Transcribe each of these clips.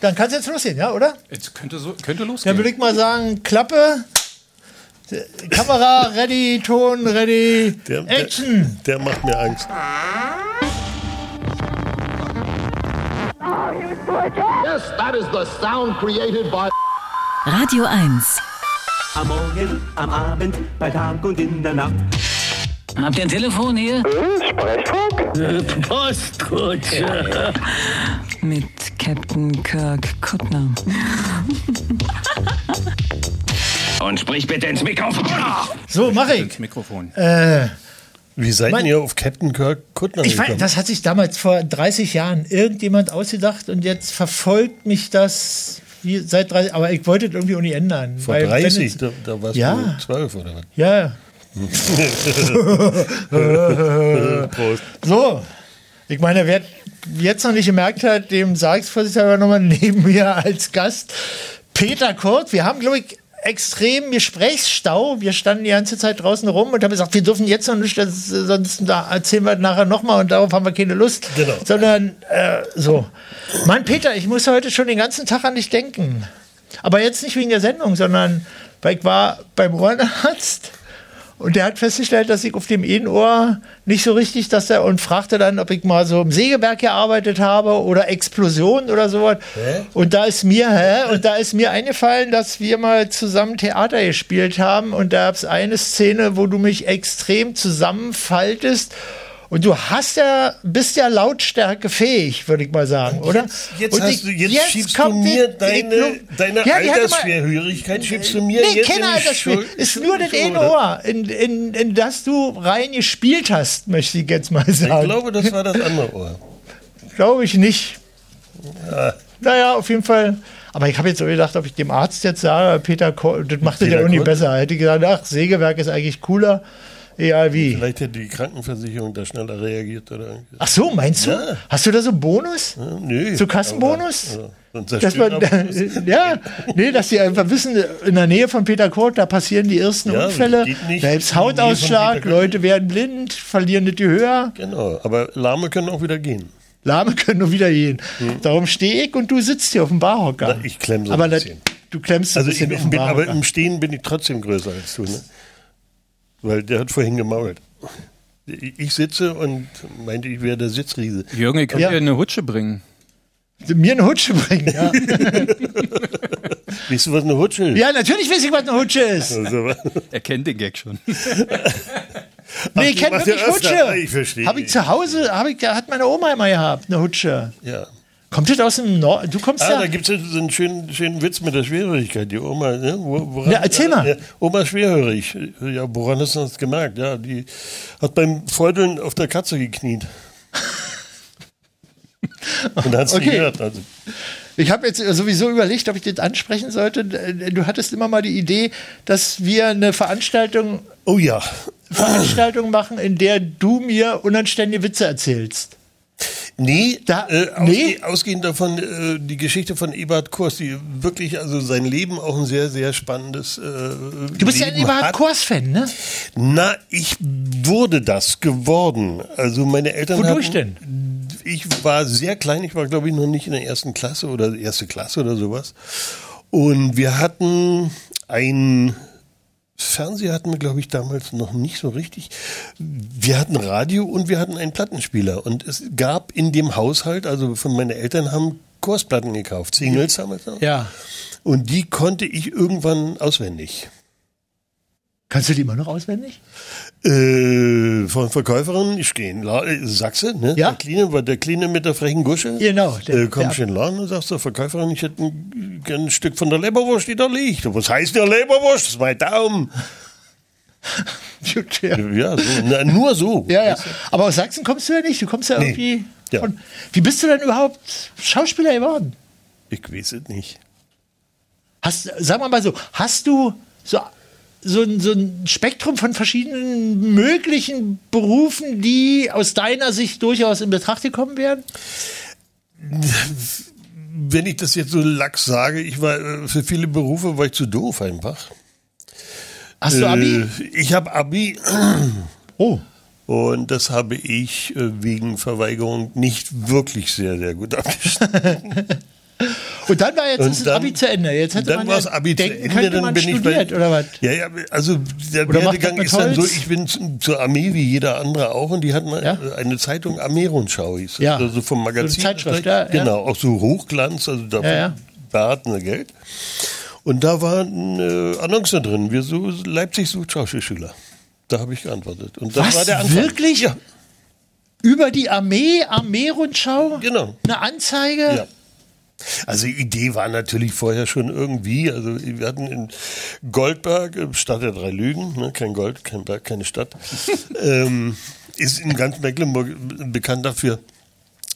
Dann kann es jetzt losgehen, ja, oder? Jetzt könnte, so, könnte Dann losgehen. würde ich mal sagen, Klappe, Kamera ready, Ton ready, Der, der, Action! der macht mir Angst. Oh, Yes, that is the sound created by. Radio 1. Am Morgen, am Abend, bei Tag und in der Nacht. Habt ihr ein Telefon hier? Sprechfunk? Postkutsche. Mit Captain Kirk Kuttner. Und sprich bitte ins Mikrofon. So, mache Ins ich. Mikrofon. Äh, Wie seid Mein- ihr auf Captain Kirk Kuttner ich weiß, gekommen? das hat sich damals vor 30 Jahren irgendjemand ausgedacht und jetzt verfolgt mich das wie seit 30, aber ich wollte es irgendwie auch nicht ändern. Vor weil wenn 30, es- da, da warst Ja. du 12 oder was? Ja, Prost. so. Ich meine, wer jetzt noch nicht gemerkt hat, dem sage ich es vorsichtshalber nochmal neben mir als Gast. Peter Kurt, wir haben, glaube ich, extrem Gesprächsstau. Wir standen die ganze Zeit draußen rum und haben gesagt, wir dürfen jetzt noch nicht, das, sonst da erzählen wir nachher nochmal und darauf haben wir keine Lust. Genau. Sondern äh, so. Mann, Peter, ich muss heute schon den ganzen Tag an dich denken. Aber jetzt nicht wegen der Sendung, sondern weil ich war beim Ohrenarzt und der hat festgestellt, dass ich auf dem Innenohr nicht so richtig, dass er und fragte dann, ob ich mal so im Sägewerk gearbeitet habe oder Explosion oder sowas. Hä? Und da ist mir, hä? Und da ist mir eingefallen, dass wir mal zusammen Theater gespielt haben und da gab es eine Szene, wo du mich extrem zusammenfaltest. Und du hast ja, bist ja Lautstärke fähig, würde ich mal sagen, oder? Jetzt, Und hast ich- du, jetzt, schiebst du kommt die- mir ich- deine, nur- deine Ja, die hatte mal- Altersschwerhörigkeit, schiebst du mir Nee, jetzt in keine die Altersschwäche. Schul- Ist nur das eine Schulter. Ohr, in, in, in das du rein gespielt hast, möchte ich jetzt mal Ich sagen. glaube, das war das andere Ohr. Glaube ich nicht. Naja, auf jeden Fall. Aber ich habe jetzt so gedacht, ob ich dem Arzt jetzt sage, Peter, Ko- das macht das Peter ja auch nicht Kurt? besser. Hätte ich gesagt, ach, Sägewerk ist eigentlich cooler. Egal wie. Vielleicht hätte die Krankenversicherung da schneller reagiert oder irgendwie. Ach so, meinst du? Ja. Hast du da so einen Bonus? Ja, Nö. So Ah, Kassenbonus? Aber, ja, sonst Dass zerstört man, er bloß. ja, nee, dass sie einfach wissen, in der Nähe von Peter Kurt, da passieren die ersten Ja, Unfälle. geht nicht Da gibt's in die Nähe von Hautausschlag, Peter Kurt. Leute werden blind, verlieren die Gehör, Genau, aber Lahme können auch wieder gehen. Lahme können nur wieder gehen. Darum stehe ich und du sitzt hier auf dem Barhocker. Hm. Na, ich klemm so ein aber da- bisschen. du klemmst so Also ein ich bisschen auf dem bin, bin, aber Barhocker. im Stehen bin ich trotzdem größer als du, ne? Weil der hat vorhin gemault. Ich ich sitze und meinte, ich wäre der Sitzriese. Jürgen, ihr könnt Ja. ihr eine Hutsche bringen. Mir eine Hutsche bringen. Ja, Weißt du, was eine Hutsche ist? ja natürlich weiß ich, was eine Hutsche ist. Also, Er kennt den Gag schon. Nee, ich du kenne machst ja wirklich Öffner. Hutsche. Ich verstehe. Habe ich zu Hause, hab ich, hat meine Oma immer gehabt, eine Hutsche. ja. Kommt das aus dem Norden? Du kommst Ah, ja. da gibt es so einen schönen, schönen Witz mit der Schwerhörigkeit. Die Oma, ne? Wo, woran, Ja, erzähl mal. Ja, Oma ist schwerhörig. Ja, woran hast du das gemerkt? Ja, die hat beim Freudeln auf der Katze gekniet. Und hat es Okay. gehört. Also, Ich habe jetzt sowieso überlegt, ob ich das ansprechen sollte. Du hattest immer mal die Idee, dass wir eine Veranstaltung, oh ja. Veranstaltung machen, in der du mir unanständige Witze erzählst. Nee, Da- äh, nee? ausge- ausgehend davon äh, die Geschichte von Eberhard Kurs, die wirklich, also sein Leben auch ein sehr, sehr spannendes äh, Du bist ja ein Leben hat. Eberhard Kors-Fan, ne? Na, ich wurde das geworden. Also meine Eltern Wodurch hatten, Ich war sehr klein, ich war glaube ich noch nicht in der ersten Klasse oder erste Klasse oder sowas. Und wir hatten ein Fernseher hatten wir glaube ich damals noch nicht so richtig. Wir hatten Radio und wir hatten einen Plattenspieler und es gab in dem Haushalt, also von meinen Eltern haben Kursplatten gekauft, Singles damals noch. Ja. Und die konnte ich irgendwann auswendig. Kannst du die immer noch auswendig? Äh, von Verkäuferin, ich gehe in La äh, Sachse, ne? Ja. Der Kleine, war der Kleine mit der frechen Gusche. Genau, der- äh, komm der- schon lang und sagst der Verkäuferin, ich hätte ein, gern ein Stück von der Leberwurst, die da liegt. Was heißt der Leberwurst? Das ist mein Daumen. Gut, ja. Ja, so, na, nur so. ja, ja. Aber aus Sachsen kommst du ja nicht. Du kommst ja Nee. irgendwie. Ja. Von, wie bist du denn überhaupt Schauspieler geworden? Ich weiß es nicht. Hast, sag mal mal so, hast du so, so, ein- so ein Spektrum von verschiedenen möglichen Berufen, die aus deiner Sicht durchaus in Betracht gekommen wären? Wenn ich das jetzt so lax sage, ich war äh, für viele Berufe war ich zu doof einfach. Hast du Abi? Äh, ich habe Abi. Oh. Und das habe ich äh, wegen Verweigerung nicht wirklich sehr, sehr gut abgeschnitten. Und dann war jetzt Und ist das dann- Abi zu Ende. Jetzt hätte dann man war's ja Abi zu denken Ende, könnte, dann man bin ich bei- studiert oder was? Ja, ja, also der Oder macht Werdegang das mit ist dann so, Holz? ich bin zu- zur Armee wie jeder andere auch und die hatten mal Ja. eine Zeitung Armee-Rundschau hieß das. Ja. Also so vom Magazin. Zeitschrift, ja, ja. Genau, auch so Hochglanz, also da, Ja, ja. da hatten wir Geld. Und da war eine Annonce drin, wir so, Leipzig sucht Schauspielschüler. Da habe ich geantwortet. Und das Was? war der Anfang. Wirklich? Ja, Über die Armee, Armee-Rundschau? Genau. Eine Anzeige? Ja. Also die Idee war natürlich vorher schon irgendwie, also wir hatten in Goldberg, äh, Stadt der drei Lügen, ne, kein Gold, kein Berg, keine Stadt, ähm, ist in ganz Mecklenburg bekannt dafür.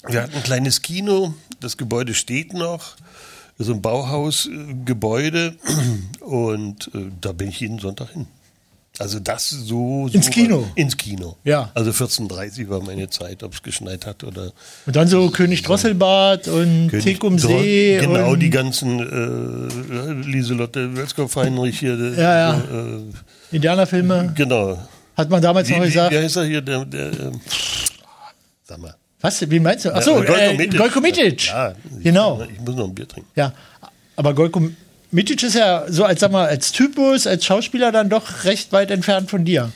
Wir hatten ein kleines Kino, das Gebäude steht noch, so ein Bauhausgebäude und äh, da bin ich jeden Sonntag hin. Also das so, so Ins Kino? Ins Kino. Ja. Also 14:30 war meine Zeit, ob es geschneit hat oder Und dann so König Drosselbart und König Tick um Dor- See. Genau, und die ganzen äh, Lieselotte Welskow-Heinrich hier. Ja, Äh, Indianerfilme. genau. Hat man damals Wie, noch wie, wie gesagt. heißt er hier? Der, der, ähm, sag mal. Was? Wie meinst du? Achso, Ja, äh, Gojko Mitic. Ja, ich, Genau. Ich muss noch ein Bier trinken. Ja. Aber Gojko Mitic ist ja so als, sag mal, als Typus, als Schauspieler dann doch recht weit entfernt von dir.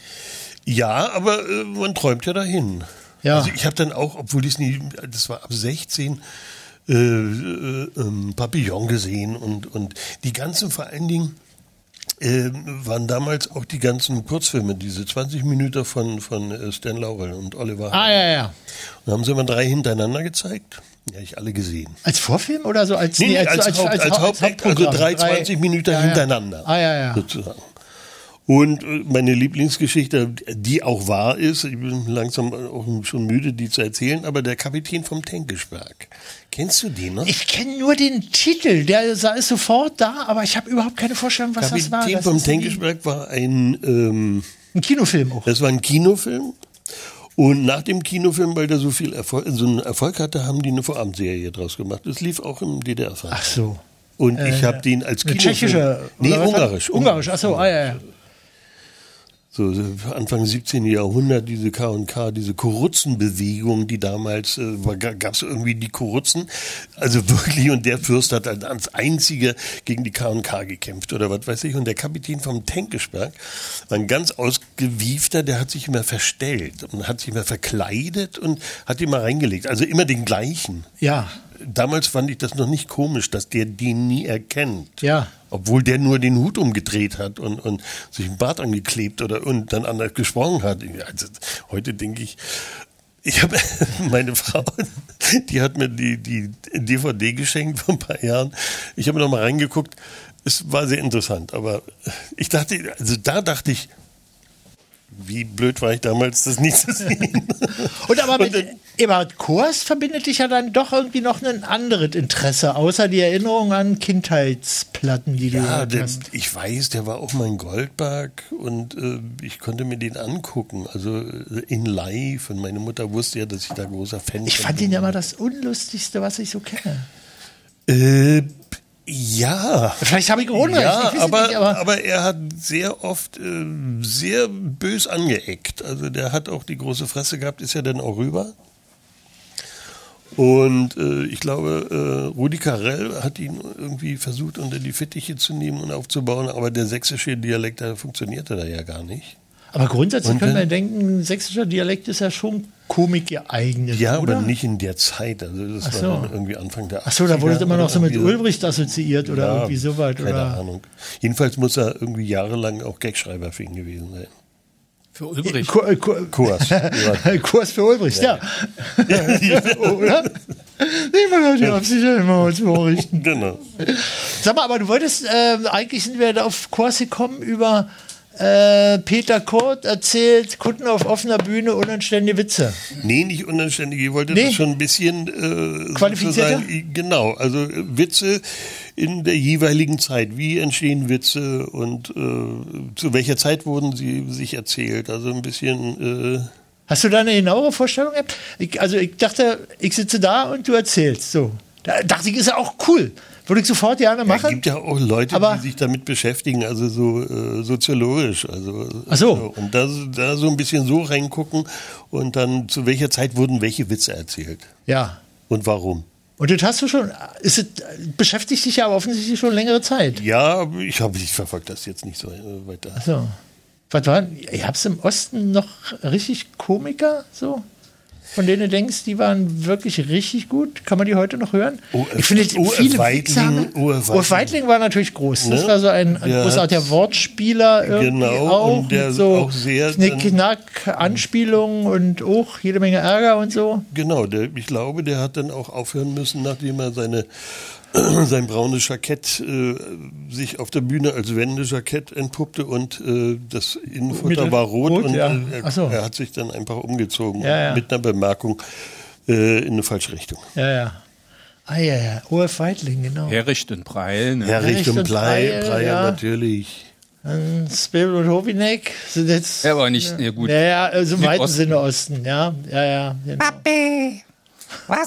Ja, aber äh, man träumt ja dahin. Ja. Also ich habe dann auch, obwohl ich es nie, das war ab 16, äh, äh, ähm, Papillon gesehen und, und die ganzen vor allen Dingen äh, waren damals auch die ganzen Kurzfilme, diese 20 Minuten von, von äh, Stan Laurel und Oliver. Ah, ja, ja. Und haben sie immer drei hintereinander gezeigt. Ja, ich alle gesehen. Als Vorfilm oder so? Als, Nee, nee, als, als, Haupt, als, Hau- Hauptakt, also Hauptprogramm. drei 20 Minuten ja, ja. hintereinander. Ah, ja, ja. Sozusagen. Und äh, meine Lieblingsgeschichte, die auch wahr ist, ich bin langsam äh, auch schon müde, die zu erzählen, aber der Kapitän vom Tänkischberg. Kennst du den noch? Ich kenne nur den Titel, der sa- ist sofort da, aber ich habe überhaupt keine Vorstellung, was das war. Kapitän Das vom ist ein- Tänkischberg war ein, ähm, Ein Kinofilm auch. das war ein Kinofilm. Und nach dem Kinofilm, weil der so viel Erfolg, so einen Erfolg hatte, haben die eine Vorabendserie draus gemacht. Das lief auch im DDR-Fernsehen. Ach so. Und ich habe den als Äh, Eine Kinofilm. tschechische. Nee, oder was war- ungarisch. Ungarisch, ach so, ah, ja, ja. so so Anfang 17. Jahrhundert, diese K&K, diese Kurutzenbewegung, die damals, äh, gab es irgendwie die Kurutzen, also wirklich, und der Fürst hat halt als einziger gegen die K&K gekämpft oder was weiß ich, und der Kapitän vom Tenkesberg war ein ganz ausgewiefter, der hat sich immer verstellt und hat sich immer verkleidet und hat ihn mal reingelegt, also immer den gleichen. Ja, Damals fand ich das noch nicht komisch, dass der den nie erkennt. Ja. Obwohl der nur den Hut umgedreht hat und, und sich einen Bart angeklebt oder und dann anders gesprochen hat. Also, heute denke ich, ich habe meine Frau, die hat mir die, die DVD geschenkt vor ein paar Jahren. Ich habe noch mal reingeguckt. Es war sehr interessant, aber ich dachte, also da dachte ich, wie blöd war ich damals, das nicht zu sehen. Und aber mit dann- Eberhard Kors verbindet dich ja dann doch irgendwie noch ein anderes Interesse, außer die Erinnerung an Kindheitsplatten, die du Ja, gehört Ah, der, hast. ich weiß, der war auch mal in Goldberg und äh, ich konnte mir den angucken, also äh, in live. Und meine Mutter wusste ja, dass ich da großer Fan Ich von fand ihm ihn ja immer das Unlustigste, was ich so kenne. Äh, ja. Vielleicht habe ich Unrecht, Oh Ja, ich weiß es aber, nicht, aber- aber, er hat sehr oft äh, sehr bös angeeckt. Also der hat auch die große Fresse gehabt, ist ja dann auch rüber. Und äh, ich glaube, äh, Rudi Carell hat ihn irgendwie versucht, unter die Fittiche zu nehmen und aufzubauen, aber der sächsische Dialekt da funktionierte da ja gar nicht. Aber grundsätzlich Und könnte man dann- denken, sächsischer Dialekt ist ja schon Komik geeignet, Ja, oder? aber nicht in der Zeit. Also das Ach war so. dann irgendwie Anfang der 80er. Ach so, da wurde es immer noch so mit irgendwie Ulbricht assoziiert oder Ja, irgendwie so weit. Keine Oder? Ahnung. Jedenfalls muss er irgendwie jahrelang auch Gagschreiber für ihn gewesen sein. Für Ulbrich. Kur, äh, Kur, Kurs. ja. Kurs für Ulbricht, ja. oder? Nee, man hört ja sicher immer uns berichten. Genau. Sag mal, aber du wolltest, ähm, eigentlich sind wir da auf Kurs gekommen über äh, Peter Kurt erzählt, Kunden auf offener Bühne, unanständige Witze. Nee, nicht unanständig. Ich wollte Nee. das schon ein bisschen äh, Qualifizierter? sozusagen- Genau. Also äh, Witze in der jeweiligen Zeit. Wie entstehen Witze und äh, zu welcher Zeit wurden sie sich erzählt? Also ein bisschen. Äh, Hast du da eine genauere Vorstellung gehabt? Ich, also ich dachte, ich sitze da und du erzählst. So. Da dachte ich, ist ja auch cool. Würde ich sofort gerne Ja, Es machen. gibt ja auch Leute, Aber- die sich damit beschäftigen, also so äh, soziologisch. Also, Ach so. Und da, da so ein bisschen so reingucken und dann zu welcher Zeit wurden welche Witze erzählt ja. und warum. Und das hast du schon, ist es, beschäftigt dich ja aber offensichtlich schon längere Zeit. Ja, aber ich habe ich verfolge das jetzt nicht so äh, weiter. So. Was war, gab es im Osten noch richtig Komiker, so? Von denen du denkst, die waren wirklich richtig gut. Kann man die heute noch hören? O.F. ich finde, O.F. viele Weidling, Witzhaber- O.F. O.F. Weidling war natürlich groß. Das Ne? war so ein, ein Der großartiger hat- Wortspieler. Irgendwie Genau, auch, und der mit so auch sehr dann- Knick-Knack, Anspielungen und auch jede Menge Ärger und so. Genau, der, ich glaube, der hat dann auch aufhören müssen, nachdem er seine, sein braunes Jackett äh, sich auf der Bühne als Wendejackett entpuppte und äh, das Innenfutter Mit- war rot, rot, und ja. äh, er, Ach so. er hat sich dann einfach umgezogen Ja, ja. mit einer Bemerkung äh, in eine falsche Richtung. Ja, ja. Ah, ja, ja. O.F. Weidling, genau. Herricht und Preil. Ne? Ja, Richt Richtung und Blei, Breil, Breyer ja. natürlich. Dann Spirit und Hovinek sind jetzt. Ja, aber nicht- ja, gut. Ja, ja, also im Nicht weiten Osten. Sinne Osten, ja. Ja, ja. Genau. War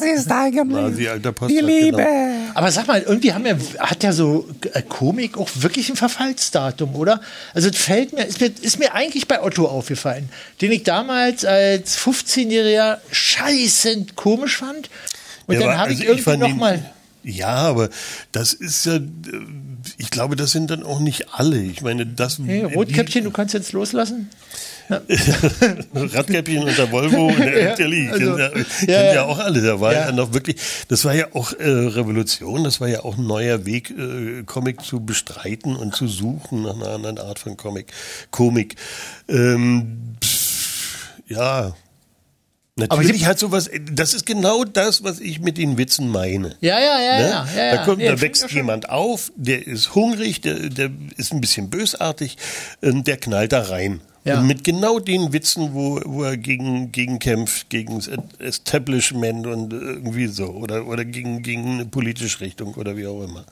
sie alter Post. Die Liebe. Genau. Aber sag mal, irgendwie haben wir, hat ja so äh, Komik auch wirklich ein Verfallsdatum, oder? Also es fällt mir ist, mir, ist mir eigentlich bei Otto aufgefallen, den ich damals als 15-Jähriger scheißend komisch fand. Und Ja, dann aber habe ich also irgendwie fand ihn- nochmal. Ja, aber das ist ja, äh, ich glaube, das sind dann auch nicht alle. Ich meine, das. Hey, die- Rotkäppchen, du kannst jetzt loslassen? Radkäppchen und der Volvo und der Ja, Intelli, also, kennen ja, kennen ja, ja, ja. auch alle. Da war Ja. ja. noch wirklich, das war ja auch äh, Revolution, das war ja auch ein neuer Weg, äh, Comic zu bestreiten und zu suchen nach einer anderen Art von Comic, Komik. Ähm, pff, ja. Natürlich hat sowas, das ist genau das, was ich mit den Witzen meine. Ja, ja, ja, Ne? ja, ja, ja. Da, kommt, Nee, find ich da auch wächst schon- jemand auf, der ist hungrig, der, der ist ein bisschen bösartig, ähm, der knallt da rein. Ja. Und mit genau den Witzen, wo, wo er gegen, gegen kämpft, gegen das Establishment und irgendwie so oder, oder gegen, gegen eine politische Richtung oder wie auch immer.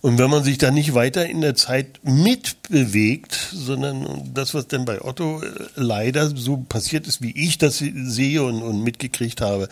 Und wenn man sich da nicht weiter in der Zeit mitbewegt, sondern das, was denn bei Otto äh, leider so passiert ist, wie ich das sehe und, und mitgekriegt habe,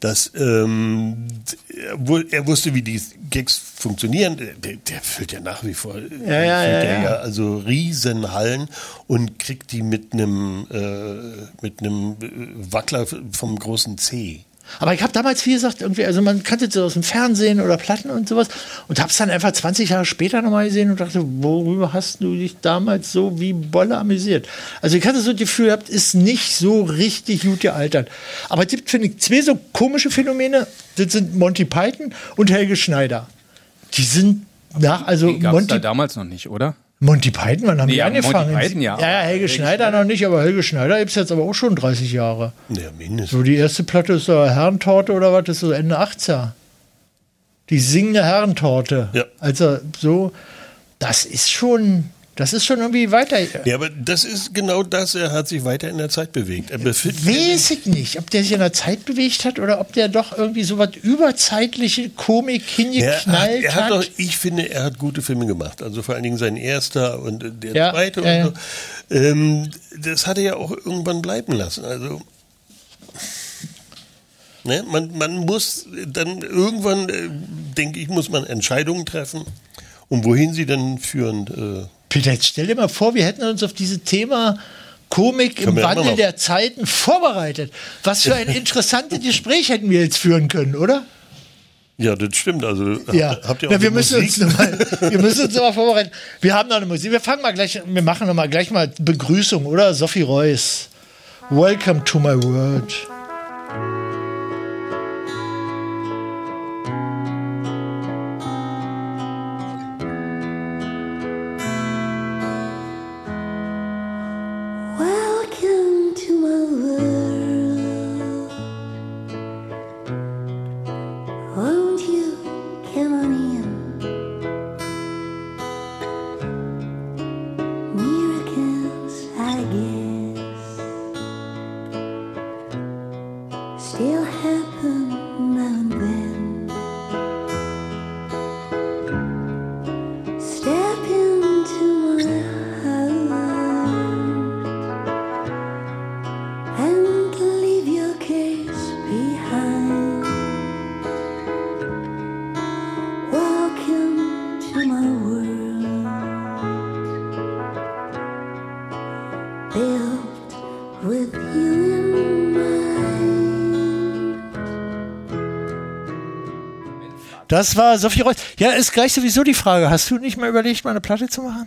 dass ähm, er, wu- er wusste, wie die Gags funktionieren, der, der füllt ja nach wie vor äh, Ja, ja, füllt ja, der ja. also Riesenhallen und kriegt die mit einem äh, mit einem äh, Wackler vom großen C. Aber ich habe damals, wie gesagt, irgendwie, also man kannte das aus dem Fernsehen oder Platten und sowas und habe es dann einfach 20 Jahre später nochmal gesehen und dachte, worüber hast du dich damals so wie Bolle amüsiert? Also ich hatte so das Gefühl gehabt, ist nicht so richtig gut gealtert. Aber es gibt, finde ich, zwei so komische Phänomene, das sind Monty Python und Helge Schneider. Die sind nach, also Die gab es da Monty, damals noch nicht, oder? Monty Python, wann haben Nee, die ja, angefangen? Monty Python, ja, ja, ja aber Helge, Helge Schneider noch nicht, aber Helge Schneider gibt es jetzt aber auch schon 30 Jahre. Ja, So, mindestens. die erste Platte ist so Herrentorte oder was, das ist so Ende 80er. Die singende Herrentorte. Ja. Also so, das ist schon, das ist schon irgendwie weiter. Ja, aber das ist genau das, er hat sich weiter in der Zeit bewegt. Er befindet Weiß ich nicht, ob der sich in der Zeit bewegt hat oder ob der doch irgendwie so was überzeitliche Komik er hat, hingeknallt er hat hat. doch, ich finde, er hat gute Filme gemacht. Also vor allen Dingen sein erster und äh, der Ja, zweite. ja, und so. ähm, das hat er ja auch irgendwann bleiben lassen. Also ne, man, man muss dann irgendwann, äh, denke ich, muss man Entscheidungen treffen. Und wohin sie dann führen. äh, Peter, jetzt stell dir mal vor, wir hätten uns auf dieses Thema Komik im Können wir ja immer Wandel noch. der Zeiten vorbereitet. Was für ein interessantes Gespräch hätten wir jetzt führen können, oder? Äh, ja, das stimmt. Also Ja, habt ihr auch Na, wir, die müssen uns Musik? noch mal, wir müssen uns nochmal vorbereiten. Wir haben noch eine Musik. Wir fangen mal gleich, wir machen nochmal gleich mal Begrüßung, oder? Sophie Reuss. Welcome to my world. Welcome to my world. Won't you come on in? Miracles, I guess. Das war Sophie Reuss. Ja, ist gleich sowieso die Frage. Hast du nicht mal überlegt, mal eine Platte zu machen?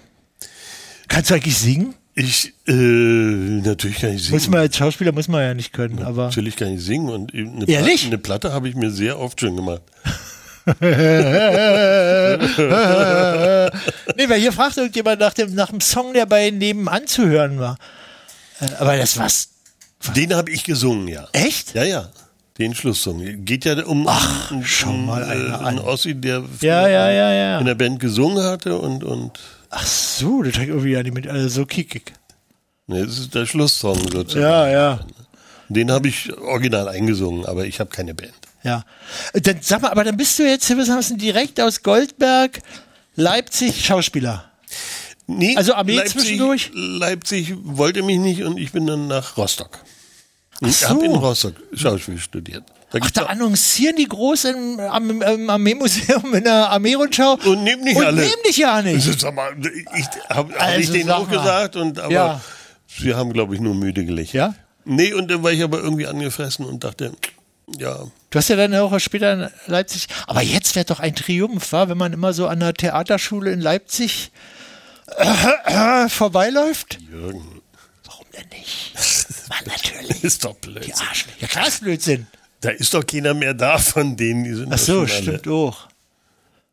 Kannst du eigentlich singen? Ich, äh, natürlich kann ich singen. Muss man als Schauspieler muss man ja nicht können, aber. Natürlich kann ich singen und eben eine, Ehrlich? Platte, eine Platte habe ich mir sehr oft schon gemacht. Nee, weil hier fragt irgendjemand nach dem, nach dem Song, der bei nebenan zu hören war. Äh, Aber das war's. Den habe ich gesungen, ja. Echt? Ja, ja. Den Schlusssong. Geht ja um Ach, um, schau mal einer an. Ossi, der Ja, ja, ja, ja. in der Band gesungen hatte und, und Ach so, uh, das hat irgendwie ja nicht mit, also so kickig. ne, das ist der Schlusssong sozusagen. Ja, ja. Den habe ich original eingesungen, aber ich habe keine Band. Ja. Dann sag mal, aber dann bist du jetzt, Himmelshausen, direkt aus Goldberg, Leipzig, Schauspieler. Nee, Also Armee zwischendurch? Leipzig wollte mich nicht und ich bin dann nach Rostock. Und so. habe in Rostock Schauspiel studiert. Da Ach, gibt's da auch- annoncieren die groß im, am, am Armeemuseum in der Armeerundschau. und nehm nicht alle. nehmen dich ja nicht. Also, sag mal, ich habe hab Also, ich denen sag auch mal. gesagt, und, aber Ja. sie haben, glaube ich, nur müde gelächelt. Ja? Nee, und dann war ich aber irgendwie angefressen und dachte, ja, Du hast ja dann auch später in Leipzig. Aber jetzt wäre doch ein Triumph, wa? wenn man immer so an der Theaterschule in Leipzig äh, vorbeiläuft. Jürgen, Warum denn nicht? Mann, natürlich. ist doch blöd. Arschlich. Ja, klar ist Blödsinn. Da ist doch keiner mehr da von denen, die sind Ach so, doch schon stimmt auch. Alle.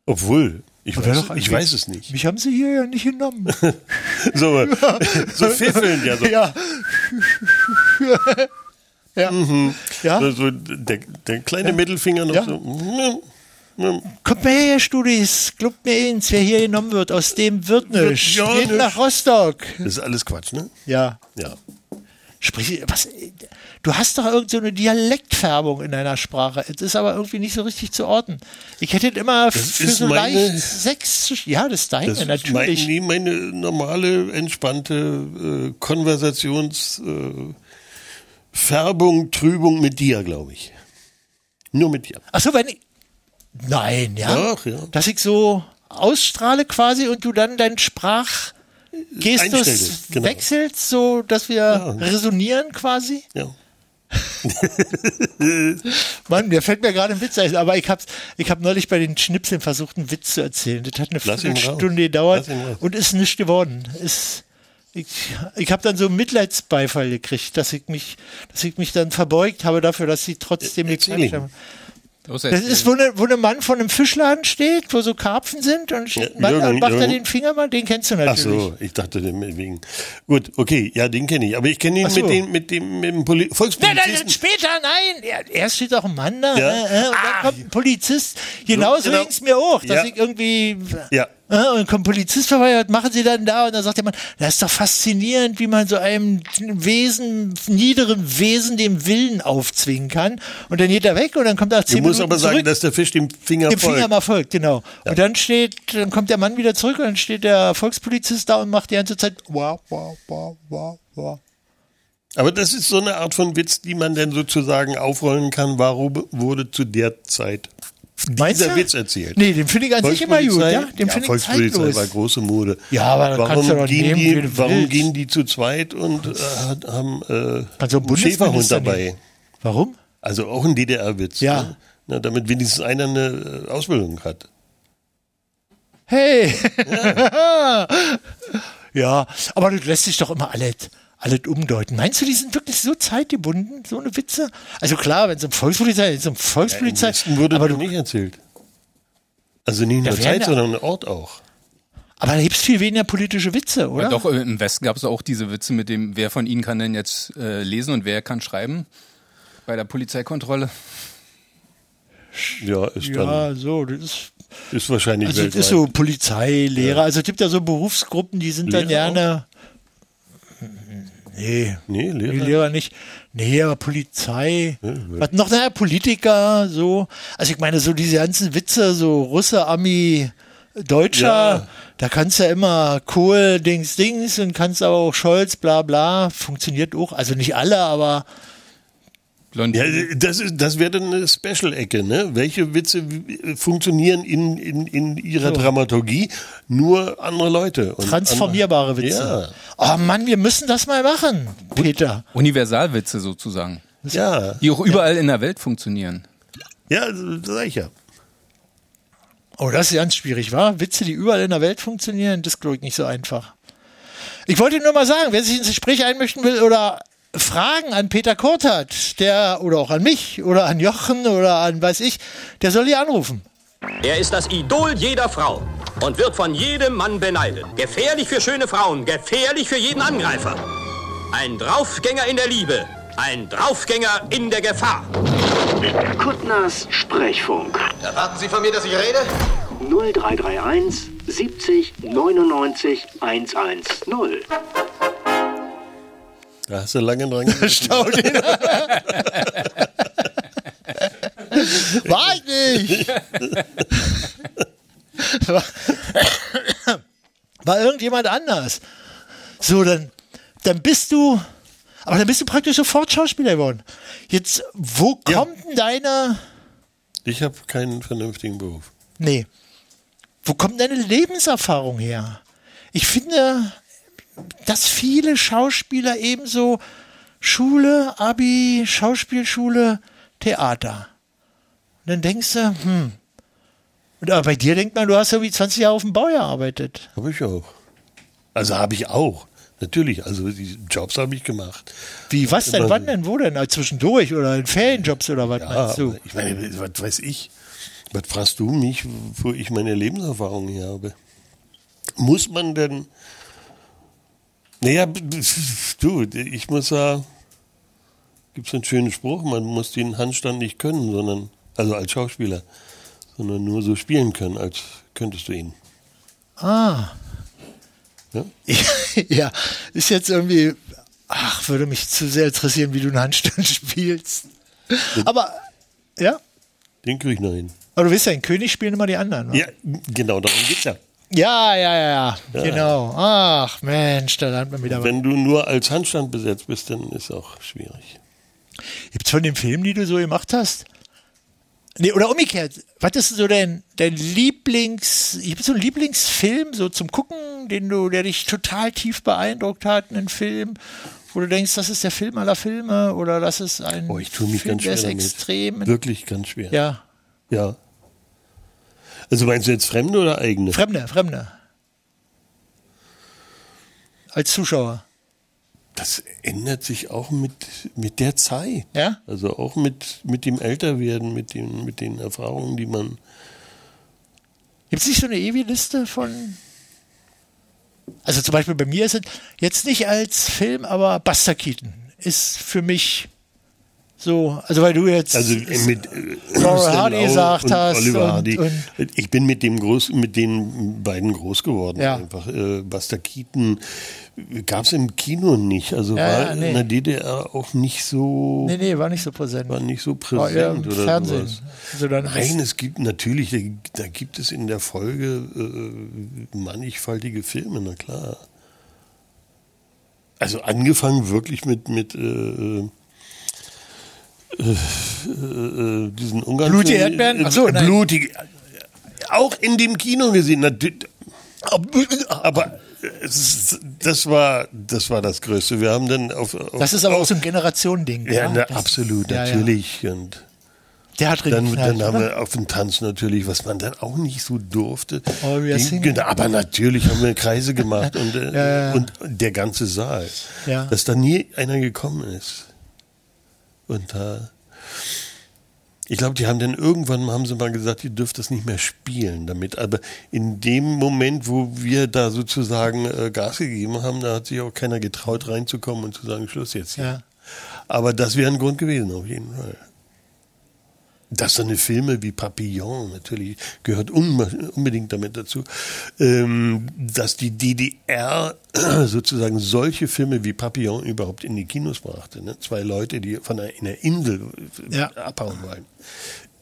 Obwohl, ich, Aber wär weiß, doch ich irgendwie- weiß es nicht. Mich haben sie hier ja nicht genommen. So, so pfiffeln ja so. ja. ja. ja. Mhm. So, so der, der kleine Mittelfinger noch Ja. so. Kommt mal her, ihr Studis. Glaubt mir eins, wer hier genommen wird. Aus dem wird nichts. ja Geht nisch. nach Rostock. Das ist alles Quatsch, ne? Ja. Ja. Sprich, was, du hast doch irgendeine so eine Dialektfärbung in deiner Sprache. Es ist aber irgendwie nicht so richtig zu orten. Ich hätte immer für ist so meine- leicht sechs. zu- Ja, das ist deine, Das ist mein, natürlich. nee, meine normale, entspannte äh, Konversationsfärbung, äh, Färbung, Trübung mit dir, glaube ich. Nur mit dir. Ach so, wenn ich. Nein, ja. Doch, ja. Dass ich so ausstrahle quasi und du dann dein Sprachgestus Einstellst, genau. wechselst, so dass wir resonieren quasi. Ja. Mann, mir fällt mir gerade ein Witz ein, aber ich hab's, ich habe neulich bei den Schnipseln versucht, einen Witz zu erzählen. Das hat eine Lass ihn raus. Viertelstunde gedauert Lass ihn raus. und ist nicht geworden. Ist, ich ich habe dann so einen Mitleidsbeifall gekriegt, dass ich mich, dass ich mich dann verbeugt habe dafür, dass sie trotzdem nicht Erzähl ihn. haben. Das Das ist, wo, ne, wo ein Mann vor einem Fischladen steht, wo so Karpfen sind und steht ein Mann Jürgen, und macht er Jürgen. den Finger mal, den kennst du Ach natürlich. so, ich dachte dem wegen. Gut, okay, ja, den kenne ich. Aber ich kenne ihn Ach so. mit dem, mit dem, mit dem Poli Nein, nein, nein, Volkspolizisten. später, nein. Ja, Erst steht auch ein Mann da Ja. Ah. äh, äh, und dann kommt ein Polizist. Genau so genau. ging's mir auch, dass Ja. ich irgendwie... Ja. Äh, und dann kommt ein Polizist vorbei, was machen Sie dann da? Und dann sagt der Mann, das ist doch faszinierend, wie man so einem Wesen, niederen Wesen dem Willen aufzwingen kann. Und dann geht er weg und dann kommt er nach Du zehn musst Minuten aber sagen, zurück. dass der Fisch dem Finger dem Finger folgt. mal folgt, genau. Und dann steht, dann kommt der Mann wieder zurück und dann steht der Volkspolizist da und macht die ganze Zeit wow, wow, wow, wow, wow. Aber das ist so eine Art von Witz, die man dann sozusagen aufrollen kann. Warum wurde zu der Zeit Meinst dieser du? Witz erzählt? Nee, den finde ich an sich immer gut, Volkspolizei- ja. Den ja, finde ich Volkspolizei zeitlos. war große Mode. Ja, aber dann warum kannst du doch gehen nehmen, wie die, du Warum willst. gehen die zu zweit und äh, hat- haben äh, Kannst du einen einen Schäferhund Bundesminister dabei? nehmen. Warum? Also auch ein DDR-Witz. Ja. Ne? Na, damit wenigstens einer eine äh, Ausbildung hat. Hey! Ja. aber das lässt sich doch immer alles, alles umdeuten. Meinst du, die sind wirklich so zeitgebunden, so eine Witze? Also klar, wenn es um Volkspolizei, wenn es um Volkspolizei, Westen wurde aber, aber du, nicht erzählt. Also nicht Da nur wären Zeit, da- sondern Ort auch. aber da gibt es viel weniger politische Witze, oder? Aber doch, äh, im Westen gab es auch diese Witze mit dem, wer von Ihnen kann denn jetzt äh, lesen und wer kann schreiben? Bei der Polizeikontrolle. Ja, ist dann Ja, so, das ist ist wahrscheinlich Also es weltweit. ist so Polizei, Lehrer. Also es gibt ja so Berufsgruppen, die sind dann Lehrer gerne. Nee, Nee, Lehrer. die Lehrer nicht. Nee, aber Polizei. Was noch? Naja, Politiker, so. Also ich meine, so diese ganzen Witze, so Russe, Ami, Deutscher, Ja. da kannst du ja immer Kohl, Dings, Dings und kannst aber auch Scholz, bla, bla. Funktioniert auch. Also nicht alle, aber Ja, Blondine. das, ist, das wäre dann eine Special-Ecke, ne? Welche Witze w- funktionieren in, in, in ihrer Dramaturgie? Nur andere Leute. und transformierbare andere- Witze. Oh Mann, wir müssen das mal machen, Peter. Universalwitze sozusagen. Ja, ja, Die auch überall in der Welt funktionieren. ja, sag ich ja. Oh, das ist ganz schwierig, wa? Witze, die überall in der Welt funktionieren, das glaube ich nicht so einfach. Ich wollte nur mal sagen, wer sich ins Gespräch einmischen will oder Fragen an Peter Kurt hat, der oder auch an mich oder an Jochen oder an weiß ich, der soll hier anrufen. Er ist das Idol jeder Frau und wird von jedem Mann beneidet. Gefährlich für schöne Frauen, gefährlich für jeden Angreifer. Ein Draufgänger in der Liebe, ein Draufgänger in der Gefahr. Kuttners Sprechfunk. Erwarten Sie von mir, dass ich rede? 0331 70 99 110. Da hast du lange dran gedacht. War ich nicht! War, war irgendjemand anders. So, dann, dann bist du, aber dann bist du praktisch sofort Schauspieler geworden. Jetzt, wo kommt denn deine, Ich habe keinen vernünftigen Beruf. nee, wo kommt deine Lebenserfahrung her? Ich finde, dass viele Schauspieler ebenso Schule, Abi, Schauspielschule, Theater. Und dann denkst du, hm. Und aber bei dir denkt man, du hast irgendwie 20 Jahre auf dem Bau gearbeitet. Habe ich auch. Also habe ich auch. Natürlich, also die Jobs habe ich gemacht. Wie, was denn, Immer- wann denn, wo denn? Also zwischendurch oder in Ferienjobs oder was Ja, meinst du? aber Ah, ich meine, was weiß ich? Was fragst du mich, wo ich meine Lebenserfahrung her habe? Muss man denn. Naja, b- b- du, ich muss sagen, gibt es einen schönen Spruch, man muss den Handstand nicht können, sondern, also als Schauspieler, sondern nur so spielen können, als könntest du ihn. Ah. Ja? ja, ist jetzt irgendwie, ach, würde mich zu sehr interessieren, wie du einen Handstand spielst. Aber, ja, Den krieg ich noch hin. aber du weißt ja, in König spielen immer die anderen. ne? wa? Ja, genau, darum geht's ja. Ja, ja, ja, ja, genau. Ach, Mensch, da lernt man wieder was. Wenn du nur als Handstand besetzt bist, dann ist auch schwierig. Gibt's von dem Film, die du so gemacht hast? Nee, oder umgekehrt, was ist denn so dein, dein Lieblings, gibt's so einen Lieblingsfilm so zum Gucken, den du, der dich total tief beeindruckt hat, einen Film, wo du denkst, das ist der Film aller Filme oder das ist ein Oh, ich tue mich Film, ganz schwer der ist damit. extrem. Wirklich ganz schwer. Ja, Ja. Also meinst du jetzt Fremde oder eigene? Fremde, Fremde. Als Zuschauer, das ändert sich auch mit, mit der Zeit. ja? Also auch mit, mit dem Älterwerden, mit, dem, mit den Erfahrungen, die man. Gibt es nicht so eine ewige Liste von. Also zum Beispiel bei mir ist es jetzt nicht als Film, aber Buster Keaton ist für mich so, also weil du jetzt. Also mit äh, Laurel Hardy Stanley gesagt und hast Oliver und- Hardy. und- ich bin mit dem groß, mit den beiden groß geworden. Ja. Einfach. Äh, Buster Keaton gab es im Kino nicht. Also Ja, war ja, nee. in der DDR auch nicht so. nee, nee, war nicht so präsent. war nicht so War eher präsent oder Fernsehen. Also sowas. Sondern Nein, es gibt natürlich, da, da gibt es in der Folge äh, mannigfaltige Filme, na klar. Also angefangen wirklich mit, mit äh, äh, äh, diesen Ungarn. Blutige Erdbeeren? Äh, Ach so, nein. blutige. Auch in dem Kino gesehen. natürlich. Aber äh, es, das, war, das war das Größte. Wir haben dann auf. auf das ist aber auch so ein Generationending. ne? ja, na, Das- absolut, ja, ja. natürlich. Und Der hat richtig dann, geknallt, dann haben oder? wir auf den Tanz natürlich, was man dann auch nicht so durfte. Oh, wir Den- singen. genau, aber natürlich haben wir Kreise gemacht und, äh, Ja, ja. und der ganze Saal. Ja. Dass da nie einer gekommen ist. Und da. Ich glaube, die haben dann irgendwann haben sie mal gesagt, ihr dürft das nicht mehr spielen damit. Aber in dem Moment, wo wir da sozusagen äh, Gas gegeben haben, da hat sich auch keiner getraut reinzukommen und zu sagen, Schluss jetzt. hier. Ja. Aber das wäre ein Grund gewesen, auf jeden Fall. Dass so eine Filme wie Papillon natürlich gehört unbe- unbedingt damit dazu, ähm, dass die DDR sozusagen solche Filme wie Papillon überhaupt in die Kinos brachte. Ne? Zwei Leute, die von einer, einer Insel äh, Ja. abhauen wollen.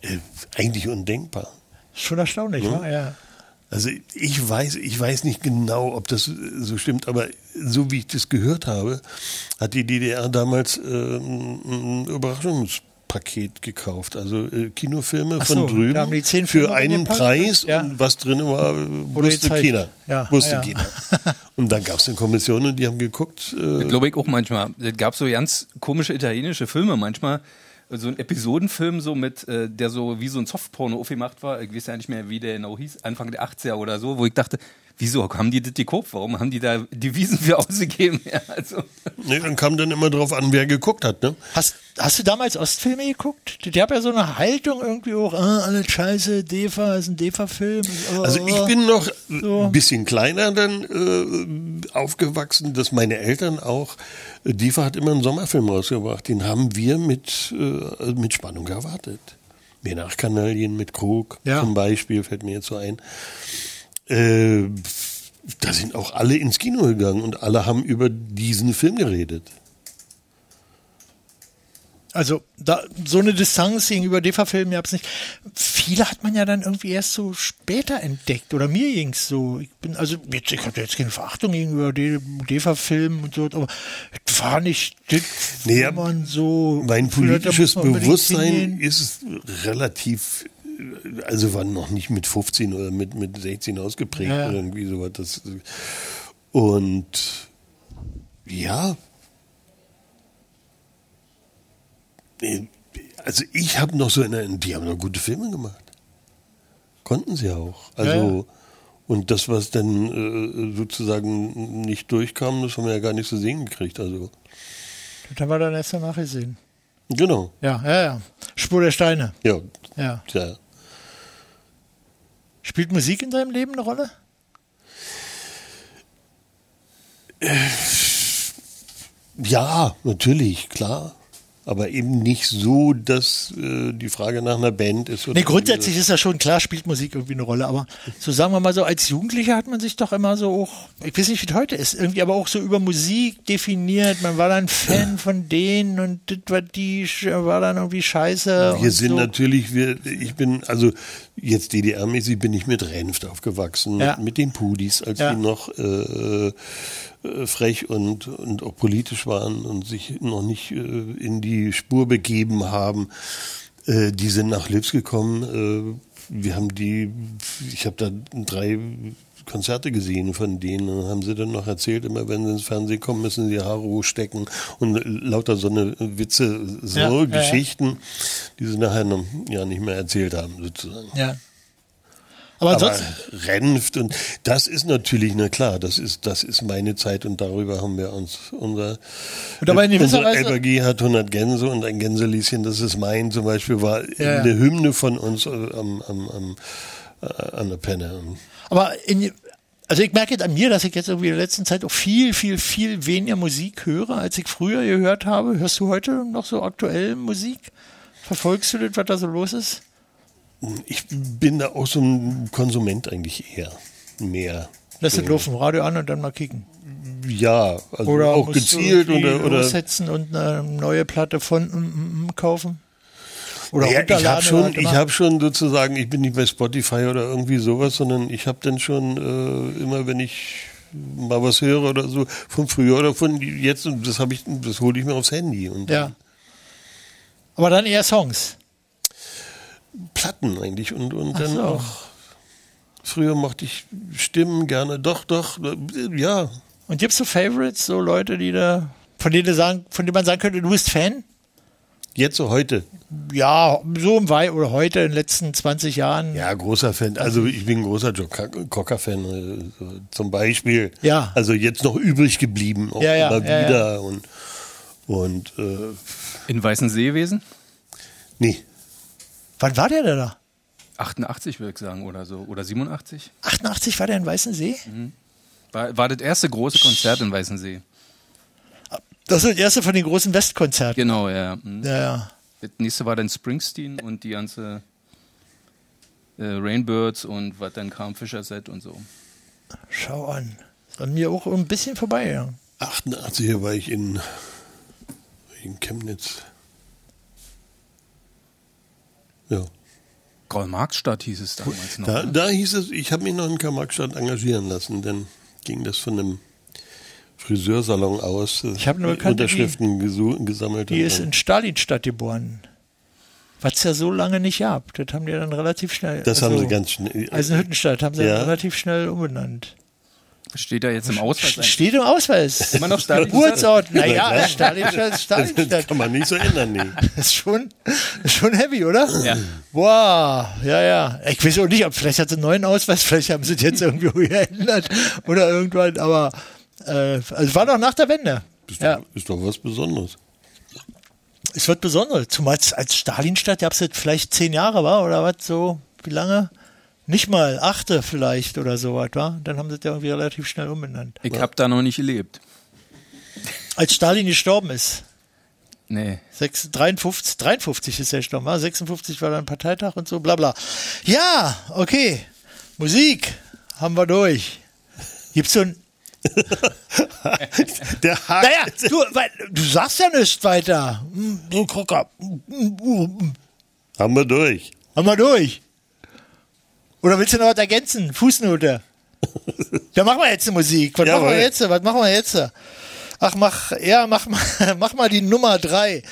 Äh, eigentlich undenkbar. Schon erstaunlich, Hm? wa? ja. Also ich weiß, ich weiß nicht genau, ob das äh, so stimmt, aber so wie ich das gehört habe, hat die DDR damals ähm, ein Überraschungspaket gekauft. Also äh, Kinofilme Ach so, von drüben da haben die zehn Filme für einen reingepackt, Preis ja. und was drin war, äh, wusste jetzt halt- keiner. ja, wusste ja. keiner. Und dann gab es eine Kommission und die haben geguckt. Äh, Glaube ich auch manchmal. Es gab so ganz komische italienische Filme manchmal, so einen Episodenfilm, so mit, äh, der so wie so ein Softporno aufgemacht war. Ich weiß ja nicht mehr, wie der genau hieß, Anfang der 80er oder so, wo ich dachte, wieso haben die das gekauft? Warum haben die da Devisen für ausgegeben? Ja, also. Nee, dann ne, kam dann immer drauf an, wer geguckt hat, ne? Hast, hast du damals Ostfilme geguckt? Die, die haben ja so eine Haltung irgendwie auch, ah, alles scheiße, DEFA ist ein DEFA-Film. Oh. Also ich bin noch ein bisschen kleiner dann äh, aufgewachsen, dass meine Eltern auch, DIFA hat immer einen Sommerfilm rausgebracht, den haben wir mit, äh, mit Spannung erwartet. Mir nach Kanalien mit Krug Ja. zum Beispiel, fällt mir jetzt so ein. Äh, da sind auch alle ins Kino gegangen und alle haben über diesen Film geredet. Also da, so eine Distanz gegenüber DEFA-Filmen gab es nicht. Viele hat man ja dann irgendwie erst so später entdeckt. Oder mir ging's so. Ich bin, also jetzt, ich hatte jetzt keine Verachtung gegenüber De- DEFA-Filmen und so, aber es war nicht das, Nee, wo man so. Mein Gefühl hat, da muss politisches man unbedingt Bewusstsein hingehen. ist relativ, äh, also war noch nicht mit 15 oder mit, mit 16 ausgeprägt Ja, ja. oder irgendwie sowas. Das, und ja, Nee, also ich habe noch so, in der- die haben noch gute Filme gemacht. Konnten sie auch. Also Ja, ja. und das, was dann äh, sozusagen nicht durchkam, das haben wir ja gar nicht zu sehen gekriegt. Also Das haben wir dann erst danach gesehen. genau, Ja, ja, ja. Spur der Steine. ja, Ja. ja. Spielt Musik in deinem Leben eine Rolle? Ja, natürlich, klar. Aber eben nicht so, dass äh, die Frage nach einer Band ist. Oder Nee, grundsätzlich ist ja schon klar, spielt Musik irgendwie eine Rolle, aber so sagen wir mal so, als Jugendlicher hat man sich doch immer so auch, ich weiß nicht, wie es heute ist, irgendwie aber auch so über Musik definiert. Man war dann Fan von denen und das war die, sch- war dann irgendwie scheiße. Wir und sind so. natürlich, wir, ich bin, also jetzt DDR-mäßig bin ich mit Renft aufgewachsen, Ja. mit, mit den Pudis, als Ja. die noch äh, äh, frech und, und auch politisch waren und sich noch nicht äh, in die Spur begeben haben. Äh, die sind nach Lips gekommen. Äh, wir haben die, ich habe da drei Konzerte gesehen von denen und haben sie dann noch erzählt, immer wenn sie ins Fernsehen kommen, müssen sie Haare hochstecken und lauter so eine Witze, so Ja, ja, ja. Geschichten, die sie nachher noch, ja nicht mehr erzählt haben sozusagen. Ja. Aber Aber ansonsten, Renft und das ist natürlich, na klar, das ist, das ist meine Zeit und darüber haben wir uns unser Und aber in gewisser unsere Weise- LBG hat 100 Gänse und ein Gänselieschen, das ist mein zum Beispiel, war Ja, ja. eine Hymne von uns äh, am, am, am, äh, an der Penne. aber in, also ich merke jetzt an mir, dass ich jetzt irgendwie in der letzten Zeit auch viel, viel, viel weniger Musik höre, als ich früher gehört habe. Hörst du heute noch so aktuell Musik? Verfolgst du das, was da so los ist? Ich bin da auch so ein Konsument eigentlich eher mehr. Lass das laufen, Radio an und dann mal kicken. Ja, also Oder auch musst gezielt du irgendwie oder, oder lossetzen und eine neue Platte von mm, mm, mm kaufen? Oder Ja, ich runterladen habe schon, oder ich was habe schon sozusagen, ich bin nicht bei Spotify oder irgendwie sowas, sondern ich habe dann schon äh, immer, wenn ich mal was höre oder so von früher oder von jetzt, und das habe ich, das hole ich mir aufs Handy und immer. Ja. Aber dann eher Songs. Platten eigentlich und und Ach dann so. auch. Früher mochte ich Stimmen gerne, doch, doch, äh, ja. Und gibt's so Favorites, so Leute, die da, von denen, du sagen, von denen man sagen könnte, du bist Fan? Jetzt so heute. Ja, so im Wei oder heute in den letzten 20 Jahren. Ja, großer Fan. Also ich bin ein großer Joe Cock- Cocker-Fan äh, so zum Beispiel. Ja. Also jetzt noch übrig geblieben, auch Ja, ja, immer ja, ja. wieder. Und, und äh, In Weißenseewesen? nee, Wann war der denn da? 88 würde ich sagen oder so. Oder 87? 88 war der in Weißensee? War, war das erste große Konzert in Weißensee. Das ist das erste von den großen Westkonzerten. Genau, ja. Mhm. Ja, ja. Das nächste war dann Springsteen und die ganze äh, Rainbirds und was dann kam, Fischer-Set und so. Schau an. Ist an mir auch ein bisschen vorbeigegangen. 88 war ich in, war ich in Chemnitz. Ja. Karl-Marx-Stadt hieß es damals noch. Da, ne? da hieß es, ich habe mich noch in Karl-Marx-Stadt engagieren lassen, dann ging das von einem Friseursalon aus. äh, Ich hab eine Bekannte, Unterschriften gesu- gesammelt. Die und ist dann- in Stalinstadt geboren. Was ja so lange nicht gab. Das haben die dann relativ schnell. also das haben sie ganz schnell. Eisenhüttenstadt haben sie Ja. dann relativ schnell umbenannt. Steht da jetzt im Ausweis ein? Steht im Ausweis. Immer noch Stalinstadt? Geburtsort. Na klar. Naja, Stalinstadt, ist Das Stalinstadt. kann man nicht so ändern, nee. Das ist schon, das ist schon heavy, oder? Ja. Wow, ja, ja. Ich weiß auch nicht, ob vielleicht hat sie einen neuen Ausweis, vielleicht haben sie es jetzt irgendwie geändert oder irgendwann, aber äh, also war doch nach der Wende. Ist, Ja, doch, ist doch was Besonderes. es wird besonders. Zumal es als Stalinstadt gab es jetzt vielleicht zehn Jahre, war oder was so? Wie lange? Nicht mal achte vielleicht oder so was, war? Dann haben sie es ja irgendwie relativ schnell umbenannt. Ich habe da noch nicht gelebt. Als Stalin gestorben ist, Nee. 6, 53, 53 ist er gestorben, war 56 war dann Parteitag und so, bla bla. Ja, okay. Musik haben wir durch. Gibt's so ein. Der Haken. Naja, du, weil, du sagst ja nichts weiter. Hm, Du Gucker. Hm, hm, hm. Haben wir durch. Haben wir durch. Oder willst du noch was ergänzen? Fußnote. Dann machen wir jetzt die Musik. Was machen Jawohl. wir jetzt? Was machen wir jetzt? Ach, mach, ja, mach mal, mach mal die Nummer 3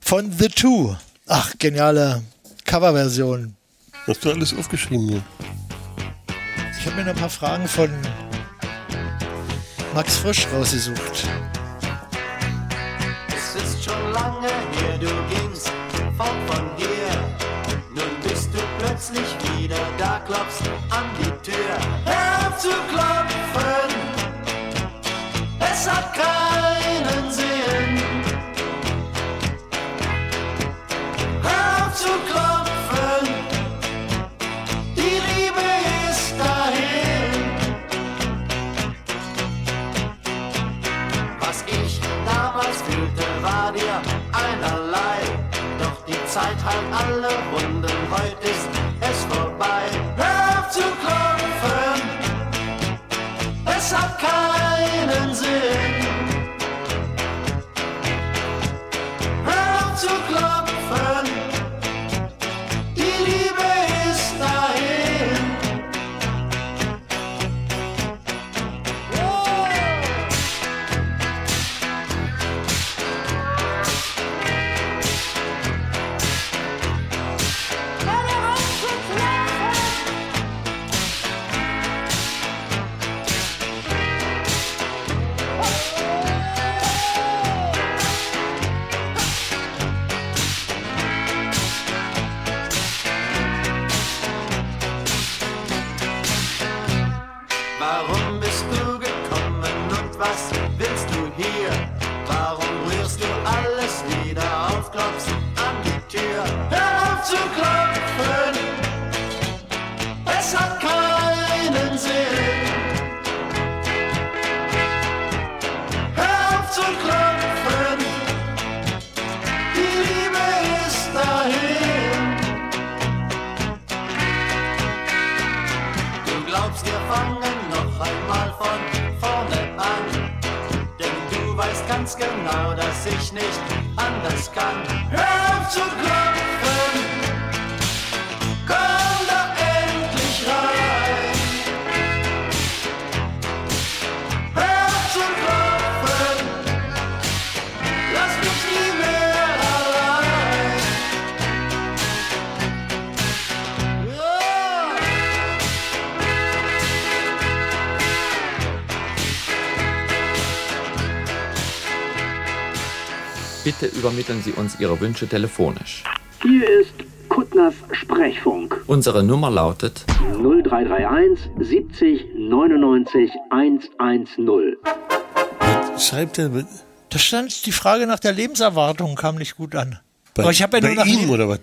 von The Two. Ach, geniale Coverversion. Hast du alles aufgeschrieben hier? Ich habe mir noch ein paar Fragen von Max Frisch rausgesucht. Es ist schon lange her, du gingst fort von hier. Nun bist du plötzlich wieder da, klopfst an die Tür. Hör zu klopfen, es hat keinen Sinn. Hör zu klopfen, die Liebe ist dahin. Was ich damals fühlte, war dir einerlei. Doch die Zeit heilt alle Wunden, heute ist es vorbei. Hör auf zu klopfen, es hat keinen Sinn. Hör auf zu klopfen, die Liebe ist dahin. Oh. Warum bist du gekommen und was willst du hier? Warum rührst du alles wieder auf, klopfst an die Tür? Hör auf zu klopfen, es hat keinen Sinn. Hör auf zu klopfen, die Liebe ist dahin. Du glaubst, wir fangen noch einmal von vorne an. Denn du weißt ganz genau, dass ich nicht anders kann. Hör auf zu klopfen, komm doch endlich rein. Hör auf zu klopfen, lass mich nie mehr allein. Ja. Bitte übermitteln Sie uns Ihre Wünsche telefonisch. Hier ist Kuttners Sprechfunk. Unsere Nummer lautet 0331 70 99 110. Schreibt er bei, Da stand die Frage nach der Lebenserwartung, kam nicht gut an. bei, Aber ich habe ja nur bei nach ihm oder was?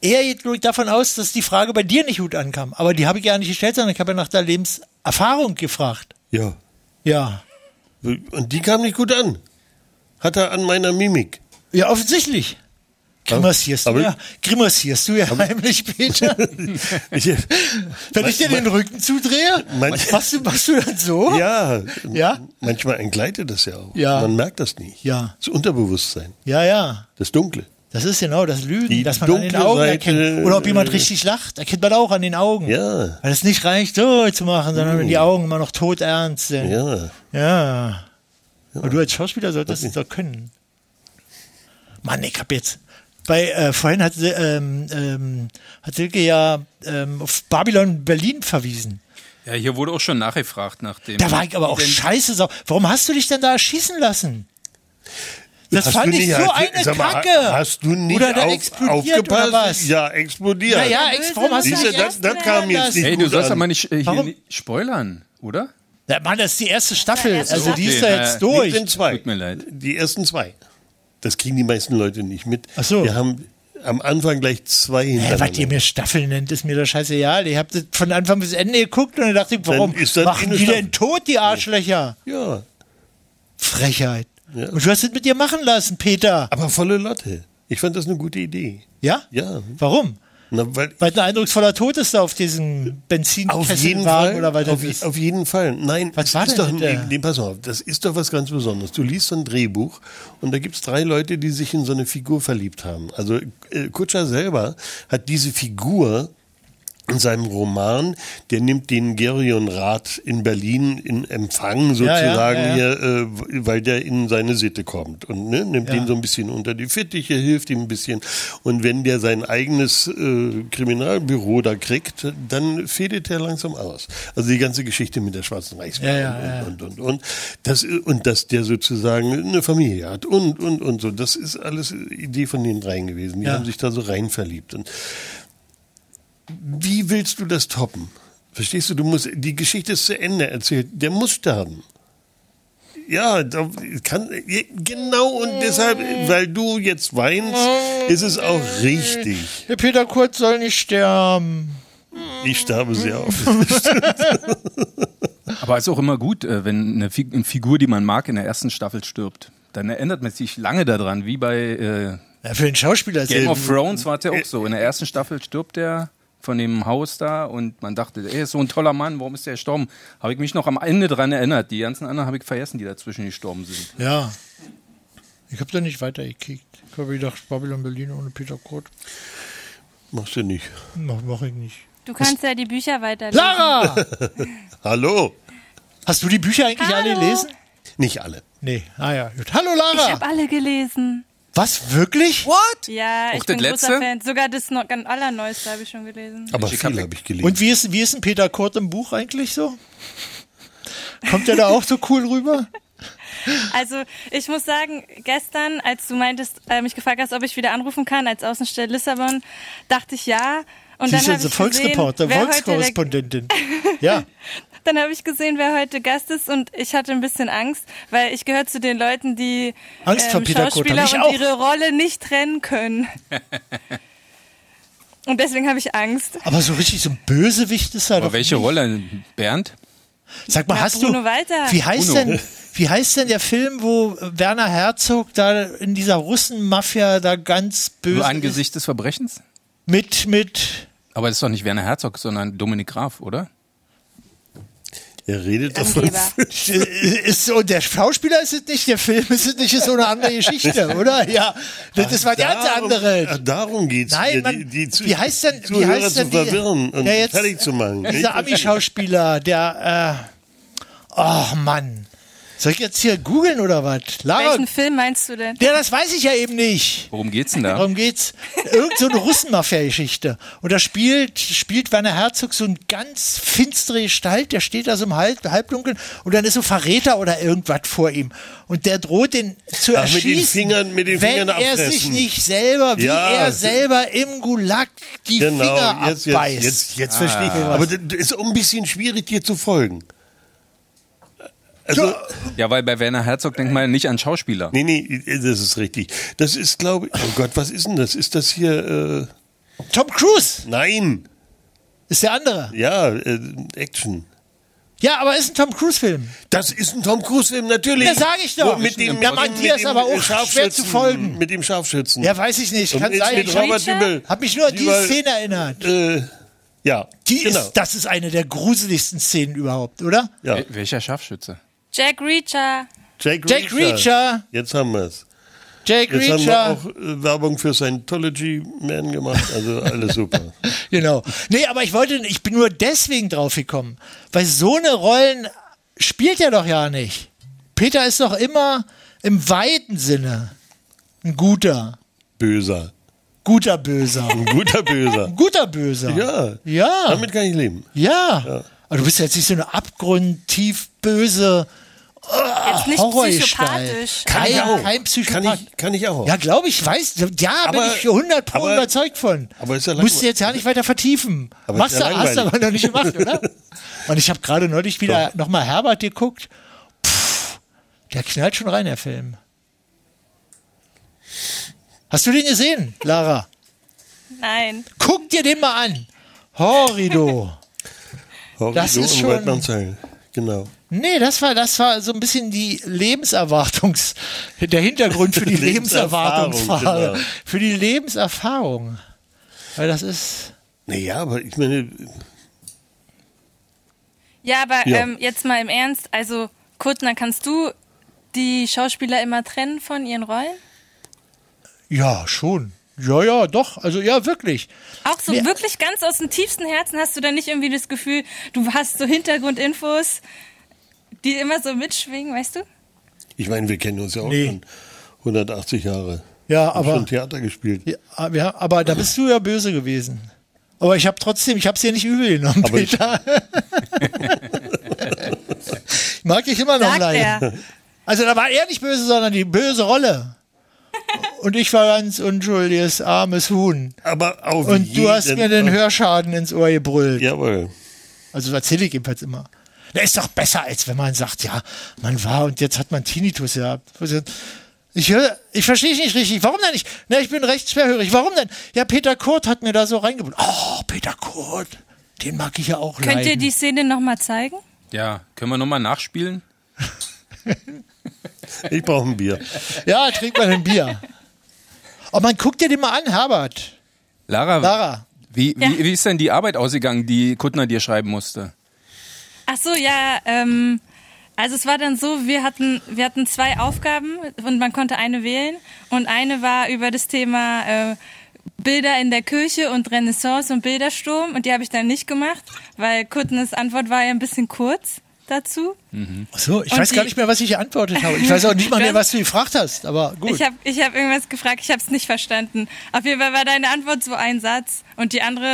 Er geht nur davon aus, dass die Frage bei dir nicht gut ankam. Aber die habe ich ja nicht gestellt, sondern ich habe ja nach der Lebenserfahrung gefragt. Ja. Ja. Und die kam nicht gut an. Hat er an meiner Mimik. Ja, offensichtlich. Grimassierst du aber- ja. Grimassierst du ja heimlich, Peter. Ich, Wenn ich dir den Rücken zudrehe, Mein- machst du, machst du dann so? ja, Ja? manchmal entgleitet das ja auch. Ja. Man merkt das nicht. Ja. Das Unterbewusstsein, Ja, ja. das Dunkle. Das ist genau das Lügen, Die dass man an den dunkle Augen Seite, erkennt. Oder ob jemand äh, richtig lacht, erkennt man auch an den Augen. Ja. Uh. Weil es nicht reicht, so zu machen, sondern wenn die Augen immer noch todernst sind. Ja. Ja. Aber du als Schauspieler solltest es doch können. Mann, ich hab jetzt. Bei, äh, vorhin hat, Sil- ähm, ähm, hat Silke ja ähm, auf Babylon Berlin verwiesen. Ja, hier wurde auch schon nachgefragt nach dem. Da war ich aber auch Ident- scheiße sauer. Warum hast du dich denn da erschießen lassen? Das Hast fand du ich nicht- so hast du- eine sag mal, Kacke. Hast du nicht Oder da auf, explodiert aufgepasst? oder was? Ja, explodiert. Naja, ex- warum hast du Siehste, nicht das, das kam jetzt nicht Ey, gut du sollst an. ja mal nicht äh, hier Warum? nicht spoilern, oder? Ja, Mann, das ist die erste Staffel. also die okay, ist ja ja, jetzt ja. durch. sind zwei. Tut mir leid. Die ersten zwei. Das kriegen die meisten Leute nicht mit. Ach so. Wir haben am Anfang gleich zwei Hä, hintereinander. was ihr mir Staffeln nennt, ist mir doch scheißegal. Ich habe das von Anfang bis Ende geguckt und dann dachte ich, warum Dann ist das machen eine die Staffel. denn tot, die Arschlöcher? ja, Frechheit. Ja. Und du hast es mit dir machen lassen, Peter. aber volle Lotte. Ich fand das eine gute Idee. Ja? Ja. Warum? Na, weil Weil ein eindrucksvoller Tod ist da auf diesem auf jeden Benzinkesselwagen Fall, oder was das auf, ist. auf jeden Fall. Nein, Was es war ist denn doch, mit der- nee, nee, pass mal auf, das ist doch was ganz Besonderes. Du liest so ein Drehbuch und da gibt es drei Leute, die sich in so eine Figur verliebt haben. Also äh, Kutscher selber hat diese Figur in seinem Roman, der nimmt den Gerionrat in Berlin in Ja, ja, Empfang sozusagen ja, ja. hier, äh, weil der in seine Sitte kommt und ne, nimmt Ja. den so ein bisschen unter die Fittiche, hilft ihm ein bisschen. Und wenn der sein eigenes äh, Kriminalbüro da kriegt, dann fädelt er langsam aus. Also die ganze Geschichte mit der Schwarzen Reichsbahn Ja, ja, ja. und, und, und, und. Das, und dass der sozusagen eine Familie hat und, und, und so. Das ist alles Idee von den dreien gewesen. Die Ja. haben sich da so rein verliebt. Und wie willst du das toppen? Verstehst du, du musst, die Geschichte ist zu Ende erzählt. Der muss sterben. Ja, da kann, genau und deshalb, weil du jetzt weinst, ist es auch richtig. Der Peter Kurz soll nicht sterben. Ich sterbe sehr oft. Aber es ist auch immer gut, äh, wenn eine, Fi eine Figur, die man mag, in der ersten Staffel stirbt. Dann erinnert man sich lange daran, wie bei äh, Ja, für den Schauspieler ist Game er- of Thrones war es Äh, ja auch so. In der ersten Staffel stirbt der von dem Haus da und man dachte, er ist so ein toller Mann, warum ist der gestorben? Habe ich mich noch am Ende dran erinnert. Die ganzen anderen habe ich vergessen, die dazwischen gestorben sind. Ja. Ich habe da nicht weitergekickt. Ich habe gedacht, Babylon Berlin ohne Peter Kurz. Machst du nicht. Mach, mach ich nicht. Du kannst ja die Bücher weiterlesen. Lara! Hallo? Hast du die Bücher eigentlich alle Hallo. gelesen? Nicht alle. Nee. Ah ja, gut. Hallo Ich Lara! habe alle gelesen. Was, wirklich? What? Ja, Auch ich bin das letzte? großer Fan. Sogar das noch, ganz allerneueste habe ich schon gelesen. Aber Ich hab- viel habe ich gelesen. Und wie ist, wie ist ein Peter Kurt im Buch eigentlich so? Kommt er da auch so cool rüber? Also ich muss sagen, gestern, als du meintest, äh, mich gefragt hast, ob ich wieder anrufen kann als Außenstelle Lissabon, dachte ich ja. Und Sie dann ist ja habe so ich gesehen, Volksreporter, wer heute der Volkskorrespondentin. Ja. Dann habe ich gesehen, wer heute Gast ist und ich hatte ein bisschen Angst, weil ich gehöre zu den Leuten, die ähm, Angst vor Peter Kurt, Schauspieler hab ich und auch. ihre Rolle nicht trennen können. und deswegen habe ich Angst. Aber so richtig so ein Bösewicht ist er Aber doch. welche Rolle? Bernd? Sag mal, Ja, hast Bruno du. Walter. Wie heißt Bruno. denn. Wie heißt denn der Film, wo Werner Herzog da in dieser Russenmafia da ganz Nur böse Angesicht des Verbrechens? mit mit Aber das ist doch nicht Werner Herzog, sondern Dominik Graf, oder? Er redet davon. Angeber. ist, und der Schauspieler ist es nicht, der Film ist es nicht, ist so eine andere Geschichte, oder? Ja, das ist was ganz Darum- Ach, anderes. Darum geht's. Nein, hier, man- Zu- wie heißt denn- wie Zuhörer heißt zu denn die- verwirren und Ja, jetzt- fertig zu machen. Dieser Ami-Schauspieler, der, äh, oh Mann. Soll ich jetzt hier googeln oder was? Lara, Welchen Film meinst du denn? der, das weiß ich ja eben nicht. Worum geht's denn da? Darum geht's. Irgend so eine Russenmafia-Geschichte. Und da spielt, spielt Werner Herzog so eine ganz finstere Gestalt, der steht da so im Halb, Halbdunkeln und dann ist so Verräter oder irgendwas vor ihm. Und der droht den zu Ach, mit den erschießen, Fingern- mit den wenn Fingern er abfressen. sich nicht selber, wie Ja. er selber im Gulag die Finger Genau, jetzt, abbeißt. jetzt, jetzt, jetzt verstehe ich. Ah. Aber das das ist auch ein bisschen schwierig, dir zu folgen. Also, Ja, weil bei Werner Herzog denkt man nicht an Schauspieler. nee, nee, das ist richtig. Das ist, glaube ich, oh Gott, was ist denn das? Ist das hier, äh, Tom Cruise nein, ist der andere. ja, äh, Action. Ja, aber ist ein Tom Cruise-Film. Das ist ein Tom Cruise-Film, natürlich. Ja, sag ich doch. Wo- Mit dem, Ja, mit Mann, dem- dir mit ist dem aber auch schwer Scharfschützen- zu folgen. Mit dem Scharfschützen. Ja, weiß ich nicht. Und Kann mit- sein. Mit Robert Schweizer? Dübel. Hab mich nur an diese Überall- Szene erinnert. Äh, ja, Die genau. ist, das ist eine der gruseligsten Szenen überhaupt, oder? ja. Wel- Welcher Scharfschütze? Jack Reacher. Jack, Jack Reacher. Jetzt haben wir es. Jake Jetzt Reacher. haben wir auch äh, Werbung für Scientology Man gemacht. Also alles super. Genau. Nee, aber ich wollte, ich bin nur deswegen drauf gekommen. Weil so eine Rollen spielt er doch ja nicht. Peter ist doch immer im weiten Sinne ein guter, Böser. guter Böser. Ein guter Böser. Ein guter Böser. Ja. Ja. Damit kann ich leben. Ja. Aber du bist jetzt nicht so eine abgrundtief böse äh, Jetzt nicht Horrorgestalt. psychopathisch, Kein, aber- kein Psychopath. Kann ich auch. ja, glaube ich, weiß. Ja, bin Oh. Aber- ich für 100 Pro aber- überzeugt von. aber ist ja langwe- Musst du jetzt ja nicht weiter vertiefen. Aber Machst ist ja du, hast du langweilig. aber noch nicht gemacht, oder? Und ich habe gerade neulich wieder nochmal Herbert geguckt. Pff, der knallt schon rein, der Film. Hast du den gesehen, Lara? Nein. Guck dir den mal an. Horrido. Das Horrido ist im schon- Waldmannsheil. Genau. Nee, das war, das war so ein bisschen die Lebenserwartungs, der Hintergrund für die Lebenserfahrung, Lebenserwartungsfrage. genau. Für die Lebenserfahrung. Weil das ist. Naja, aber ich meine, Ja, aber Ja. Ähm, jetzt mal im Ernst, also Kuttner, kannst du die Schauspieler immer trennen von ihren Rollen? Ja, schon. Ja, ja, doch. Also ja, wirklich. Auch so Nee. wirklich ganz aus dem tiefsten Herzen hast du da nicht irgendwie das Gefühl, du hast so Hintergrundinfos, die immer so mitschwingen, weißt du? ich meine, wir kennen uns ja auch schon 180 Jahre. Ja, Haben aber- schon Theater gespielt. Ja, aber- ja, aber da bist du ja böse gewesen. Aber ich habe trotzdem, ich habe es dir nicht übel genommen, Aber ich- Peter. Ich mag dich immer noch Sagt leider. er. Also da war er nicht böse, sondern die böse Rolle. Und ich war ganz unschuldiges, armes Huhn. Aber auf Und du hast jeden mir den Fall- Hörschaden ins Ohr gebrüllt. Jawohl. Also erzähle ich jedenfalls immer. Der ist doch besser, als wenn man sagt, ja, man war und jetzt hat man Tinnitus gehabt. Also, Ich, höre- ich verstehe nicht richtig. Warum denn nicht? Na, ich bin recht schwerhörig. Warum denn? Ja, Peter Kurt hat mir da so reingebunden. Oh, Peter Kurt. Den mag ich ja auch Könnt ihr leiden. die Szene nochmal zeigen? Ja, können wir nochmal nachspielen? Ich brauche ein Bier. Ja, trink mal ein Bier. Oh, man guckt dir den mal an, Herbert. Lara, Lara. Wie, Ja. wie, wie ist denn die Arbeit ausgegangen, die Kuttner dir schreiben musste? Ach so, ja, ähm, also es war dann so, wir hatten, wir hatten zwei Aufgaben und man konnte eine wählen und eine war über das Thema äh, Bilder in der Kirche und Renaissance und Bildersturm und die habe ich dann nicht gemacht, weil Kuttens Antwort war ja ein bisschen kurz dazu. Ach So, ich Und weiß gar die- nicht mehr, was ich geantwortet habe. Ich weiß auch nicht mal mehr, Ganz- was du gefragt hast. Aber gut. Ich habe ich hab irgendwas gefragt, ich habe es nicht verstanden. Auf jeden Fall war deine Antwort so ein Satz. Und die andere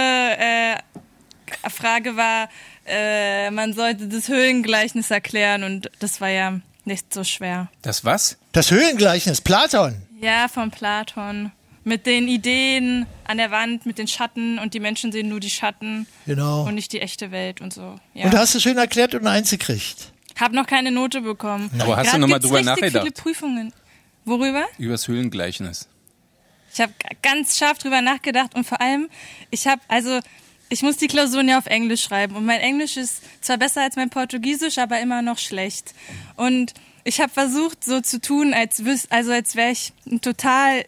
äh, Frage war, äh, man sollte das Höhlengleichnis erklären. Und das war ja nicht so schwer. Das was? das Höhlengleichnis, Platon. Ja, von Platon. Mit den Ideen an der Wand, mit den Schatten. Und die Menschen sehen nur die Schatten Genau. und nicht die echte Welt und so. Ja. Und da hast du schön erklärt und eins gekriegt. hab noch keine Note bekommen. Aber hast du Grad noch mal gibt's drüber richtig nachgedacht? viele Prüfungen. Worüber? Übers Höhlengleichnis. Ich habe ganz scharf drüber nachgedacht und vor allem, ich habe, also, ich muss die Klausuren ja auf Englisch schreiben und mein Englisch ist zwar besser als mein Portugiesisch, aber immer noch schlecht. Und ich habe versucht, so zu tun, als wüs also als wäre ich ein total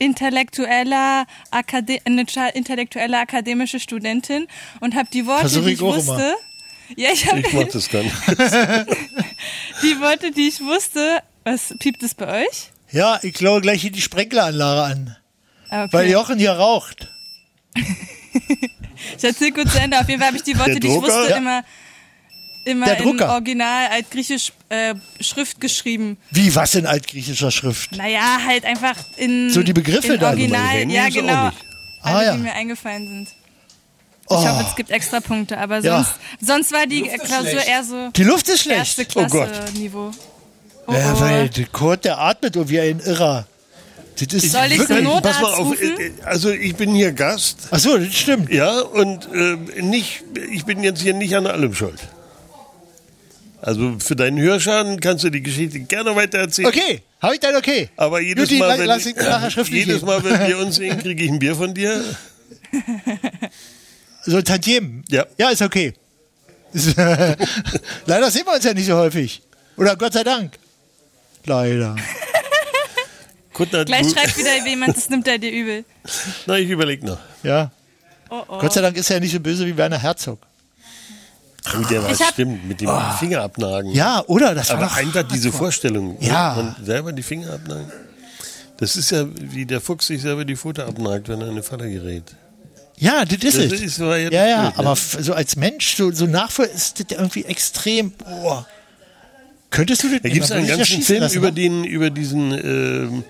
intellektueller, Akade eine total intellektuelle akademische Studentin und habe die Worte, Versuch die ich ich auch immer. wusste, ja, ich habe Ich mach das dann. die Worte, die ich wusste, was piept es bei euch? Ja, ich glaube gleich hier die Sprenkleranlage an, Ah, Okay. weil Jochen hier raucht. Ich erzähl kurz zu Ende. Auf jeden Fall habe ich die Worte, Der die ich Drucker? wusste, Ja. immer, Der immer in Drucker. Original als griechisch äh, Schrift geschrieben. Wie, was in altgriechischer Schrift? Naja, halt einfach in So die Begriffe in dann. Original, Meine ja Handy ist auch genau. nicht. Ah, alle, ja. die mir eingefallen sind. Oh, Ich hoffe, es gibt extra Punkte, aber Ja. sonst, sonst war die Klausur eher so die Luft ist schlecht. erste oh Gott. Klasse Niveau. Oh, Ja, oh. weil der Kurt, der atmet und wie ein Irrer. Das ist Soll ich wirklich- so not- Pass mal Notarzt auf, rufen? äh, äh, also ich bin hier Gast, Ach so, das stimmt. ja, und äh, nicht, ich bin jetzt hier nicht an allem schuld. Also für deinen Hörschaden kannst du die Geschichte gerne weitererzählen. Okay, habe ich dann okay. Aber jedes Juti, Mal, la- wenn, lass ich nachher schriftlich jedes geben. Mal, wenn wir uns sehen, kriege ich ein Bier von dir. So ein Tantiemen. Ja. Ja, ist okay. Ist- Leider sehen wir uns ja nicht so häufig. Oder Gott sei Dank. Leider. Kuttner hat Gleich gut- schreibt wieder jemand, das nimmt er dir übel. Na, ich überlege noch. Ja. Oh, oh. Gott sei Dank ist er nicht so böse wie Werner Herzog. Oh, der war Ich hab- stimmt, mit dem Finger abnagen. Oh. Ja, oder? Das war Aber doch einfach diese Vorstellung, Ja. ne? man selber die Finger abnagen. Das ist ja, wie der Fuchs sich selber die Pfote abnagt, wenn er in eine Falle gerät. Ja, das ist Das es. ist- war ja ja, das ja, Bild, ne? aber f- so als Mensch, so, so nachvoll ist das irgendwie extrem. Boah. Könntest du das Da gibt es nehmen? einen Hab ich ganzen ja schießen Film lassen, über, ne? den, über diesen ähm,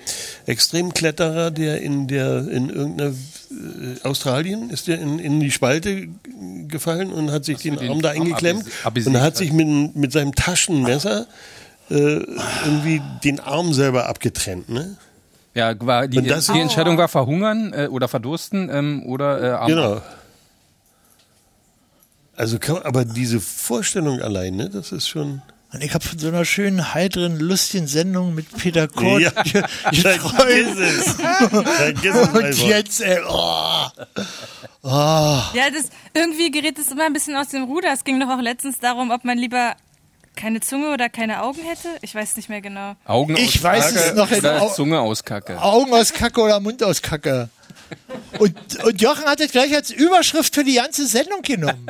Extremkletterer, der in der in irgendeiner äh, Australien ist der in, in die Spalte gefallen und hat sich den, den Arm da Arm eingeklemmt abgese- abgesägt und hat hat. sich mit, mit seinem Taschenmesser äh, irgendwie den Arm selber abgetrennt. Ne? Ja, war die, Und das- die Entscheidung war verhungern äh, oder verdursten ähm, oder äh, Arm- Genau. Also kann, aber diese Vorstellung allein, ne, das ist schon. Und ich habe von so einer schönen, heiteren, lustigen Sendung mit Peter Kort Ja. ge- geträumt. Vergiss es. Vergiss es Und einfach. jetzt, ey, oh. Oh. Ja, das, irgendwie gerät es immer ein bisschen aus dem Ruder. Es ging doch auch letztens darum, ob man lieber keine Zunge oder keine Augen hätte. Ich weiß nicht mehr genau. Augen Ich aus weiß Kacke es noch in oder genau. Au- Zunge aus Kacke. Augen aus Kacke oder Mund aus Kacke. Und, und Jochen hat das gleich als Überschrift für die ganze Sendung genommen.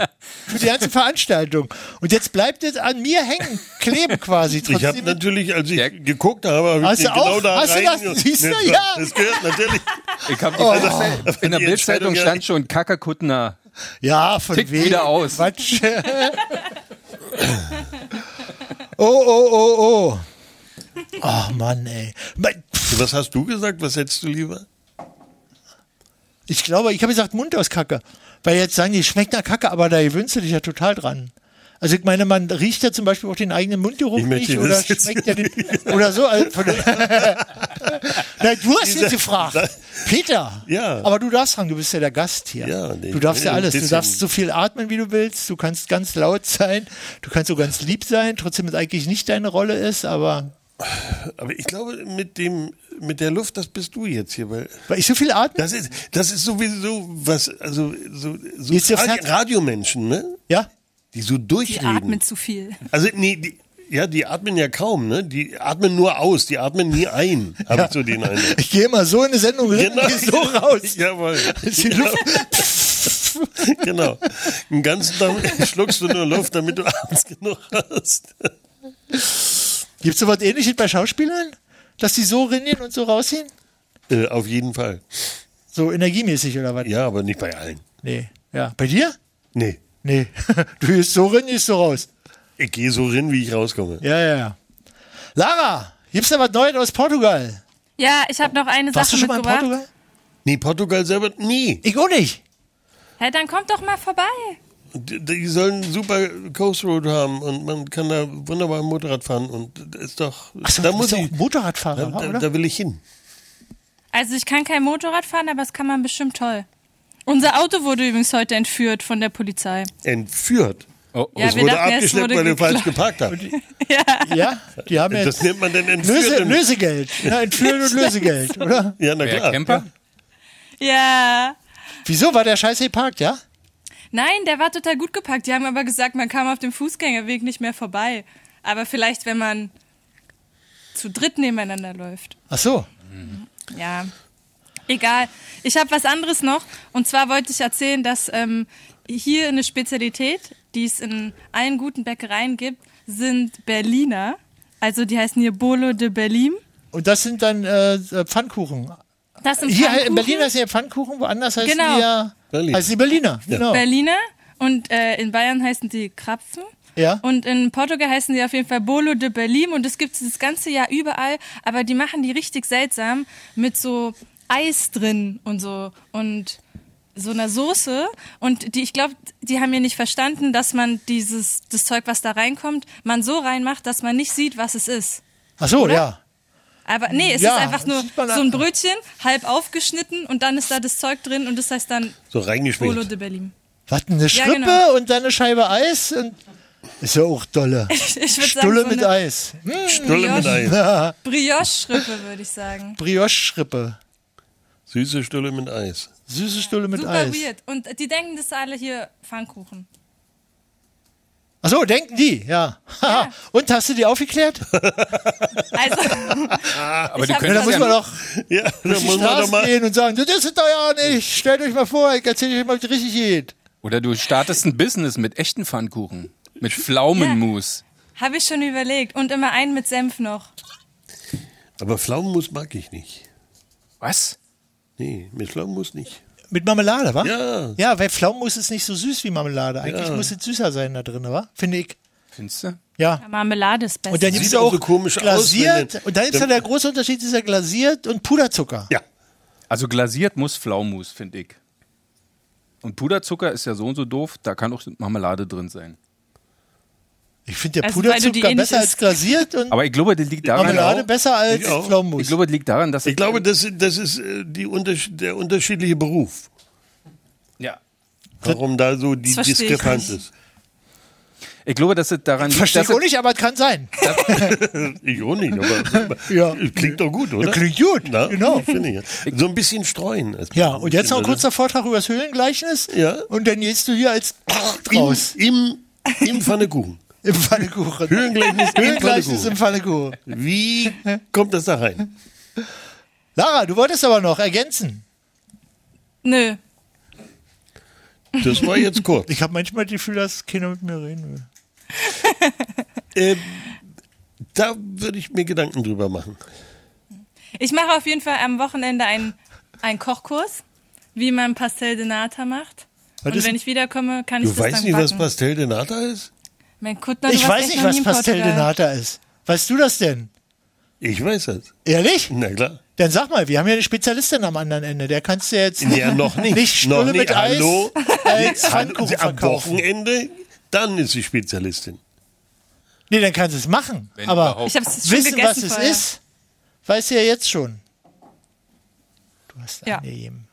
Für die ganze Veranstaltung. Und jetzt bleibt es an mir hängen, kleben quasi. Ich habe Trotzdem- natürlich, als ich geguckt habe, habe Hast ich du den genau auch- da hast du rein. das? Siehst du? Ne, Ja. Das gehört natürlich. Ich hab die in der Oh. die Bildzeitung Entscheidung- stand schon Kacke Kuttner. Ja, von Tickt wegen. wieder aus. Quatsch. oh, oh, oh, oh. Ach, Mann, ey. Mein- Was hast du gesagt? Was hättest du lieber? Ich glaube, ich habe gesagt Mund aus Kacke. Weil jetzt sagen die, schmeckt nach Kacke, aber da gewöhnst du dich ja total dran. Also ich meine, man riecht ja zum Beispiel auch den eigenen Mundgeruch Ich möchte nicht das oder jetzt schmeckt ja den, oder so. Also von, Na, du hast jetzt gefragt. Peter. Ja. Aber du darfst dran, du bist ja der Gast hier. Ja, und ich du darfst bin ja ein alles. Du bisschen- darfst so viel atmen, wie du willst. Du kannst ganz laut sein. Du kannst so ganz lieb sein. Trotzdem ist eigentlich nicht deine Rolle ist, aber Aber ich glaube, mit, dem, mit der Luft, das bist du jetzt hier. Weil weil ich so viel atme. das, ist, das ist sowieso was, also so, so Jetzt der Radi Fernseh- Radiomenschen, ne? Ja. Die so Die durchreden. atmen zu viel. also, nee, die, ja, die atmen ja kaum, ne? Die atmen nur aus, die atmen nie ein, habe ich so den Eindruck. Ich gehe mal so in eine Sendung rein Genau. und gehe so raus. Jawohl. Die Luft- genau. Den ganzen Tag schluckst du nur Luft, damit du abends genug hast. Gibt es sowas ähnliches bei Schauspielern? Dass die so rinnen und so rausziehen? Äh, auf jeden Fall. So energiemäßig oder was? Ja, aber nicht bei allen. Nee. Ja. Bei dir? Nee. Nee. Du gehst so rinnen, gehst so raus. Ich gehe so rin, wie ich rauskomme. Ja, ja, ja. Lara, gibt's da was Neues aus Portugal? Ja, ich habe noch eine Warst du Sache schon mal in mitgebracht. Portugal? Nee, Portugal selber, nie. Ich auch nicht. Hey, dann kommt doch mal vorbei. Die, die sollen einen super Coast Road haben und man kann da wunderbar Motorrad fahren und das ist doch. Ach so, da du muss bist ja ich. auch Motorradfahrer, Da, wa, da, oder? da will ich hin. Also ich kann kein Motorrad fahren, aber das kann man bestimmt toll. Unser Auto wurde übrigens heute entführt von der Polizei. Entführt. Oh, oh. Ja, es wir wurde dachten, es abgeschleppt, wurde weil ihr falsch geklaut. geparkt habt. ja, die haben Das jetzt nennt man dann entführt. Löse, und- Lösegeld. Ja, entführen und Lösegeld, oder? Ja, na Der klar. Camper? Ja. Wieso war der Scheiß geparkt, ja? Nein, der war total gut gepackt. Die haben aber gesagt, man kam auf dem Fußgängerweg nicht mehr vorbei. Aber vielleicht, wenn man zu dritt nebeneinander läuft. Ach so. Ja. Egal. Ich habe was anderes noch. Und zwar wollte ich erzählen, dass ähm, hier eine Spezialität, die es in allen guten Bäckereien gibt, sind Berliner. Also die heißen hier Bolo de Berlin. Und das sind dann äh, Pfannkuchen. Das sind Hier Pfannkuchen. in Berlin heißen ja Pfannkuchen, woanders heißen Genau. die ja Berlin. heißen die Berliner. Genau. Berliner und äh, in Bayern heißen die Krapfen. Ja. Und in Portugal heißen die auf jeden Fall Bolo de Berlim und das gibt's das ganze Jahr überall, aber die machen die richtig seltsam mit so Eis drin und so und so einer Soße und die ich glaube, die haben mir nicht verstanden, dass man dieses das Zeug, was da reinkommt, man so reinmacht, dass man nicht sieht, was es ist. Ach so, Oder? ja. Aber nee, es Ja, ist einfach das nur sieht man so ein an. Brötchen, halb aufgeschnitten und dann ist da das Zeug drin und das heißt dann So Bolo reingeschmiert. de Berlim. Was, eine Schrippe genau. und dann eine Scheibe Eis? Und ist ja auch dolle. Ich würde sagen, Stulle so mit eine Eis. Hm, Stulle mit Eis. Brioche-Schrippe, würde ich sagen. Brioche-Schrippe. Süße Stulle mit Eis. Süße Stulle mit Super Eis. weird. Und die denken, das sind alle hier Pfannkuchen. Ach so, denken die, ja. Haha. und hast du die aufgeklärt? Also, Aber Ich die hab- können Da das muss ja man doch Ja, da auf die muss man doch Straße mal. gehen und sagen, das ist doch ja nicht. Stellt euch mal vor, ich erzähle euch mal, wie es richtig geht. Oder du startest ein Business mit echten Pfannkuchen. Mit Pflaumenmus. habe ich schon überlegt. Und immer einen mit Senf noch. Aber Pflaumenmus mag ich nicht. Was? Nee, mit Pflaumenmus nicht. Mit Marmelade, wa? Ja. Ja, weil Pflaumenmus ist nicht so süß wie Marmelade. Eigentlich muss es süßer sein da drin, wa? Finde ich. Findest du? Ja. Marmelade ist besser. Und dann gibt es Sieht auch auch so komisch aus, glasiert. wenn du- und dann ist ja der große Unterschied, dieser glasiert und Puderzucker. Ja. Also glasiert muss Pflaumus, finde ich. Und Puderzucker ist ja so und so doof, da kann auch Marmelade drin sein. Ich finde der Also, weil du die Puderzucker eh nicht besser als isst. glasiert und Aber ich glaube, das liegt daran. Marmelade besser als Ich auch. Pflaumenmus. Ich glaube, das liegt daran, dass. Ich glaube, das, das ist äh, die Untersch der unterschiedliche Beruf, ja. warum da so die Das verstehe ich Diskrepanz nicht. ist. Ich glaube, dass es daran liegt. Verstehe Dass ich auch es, nicht, aber es kann sein. Ich auch nicht, aber Ja. klingt doch gut, oder? Ja, klingt gut, Na, genau. Finde ich. jetzt. So ein bisschen streuen. ist Ja, ein und jetzt bisschen, noch ein oder? kurzer Vortrag über das Höhlengleichnis. Ja. Und dann gehst du hier als raus. Im, im, im Pfannekuchen. Im Pfannekuchen. Höhlengleichnis im Höhlengleichnis Pfannekuchen. im Pfannekuchen. Wie kommt das da rein? Lara, du wolltest aber noch ergänzen. Nö. Das war jetzt kurz. Ich habe manchmal das Gefühl, dass keiner mit mir reden will. Ähm, da würde ich mir Gedanken drüber machen. Ich mache auf jeden Fall am Wochenende einen, einen Kochkurs, wie man Pastel de Nata macht. Was und ist- wenn ich wiederkomme, kann ich Du das weißt dann nicht, backen. was Pastel de Nata ist? Mein Kuttner, du ich warst weiß echt nicht, noch was nie in Pastel de Portugal. Nata ist. Weißt du das denn? Ich weiß das. Ehrlich? Na klar. Dann sag mal, wir haben ja eine Spezialistin am anderen Ende. Der kannst du jetzt Ja, noch nicht. nicht noch Stulle nicht. mit Eis Hallo? als Hallo? Pfannkuchen Am verkaufen. Wochenende, dann ist sie Spezialistin. Nee, dann kannst du es machen. Wenn aber überhaupt. Ich hab's schon wissen, gegessen was es vorher. ist, weißt du ja jetzt schon. Du hast Ja. angegeben.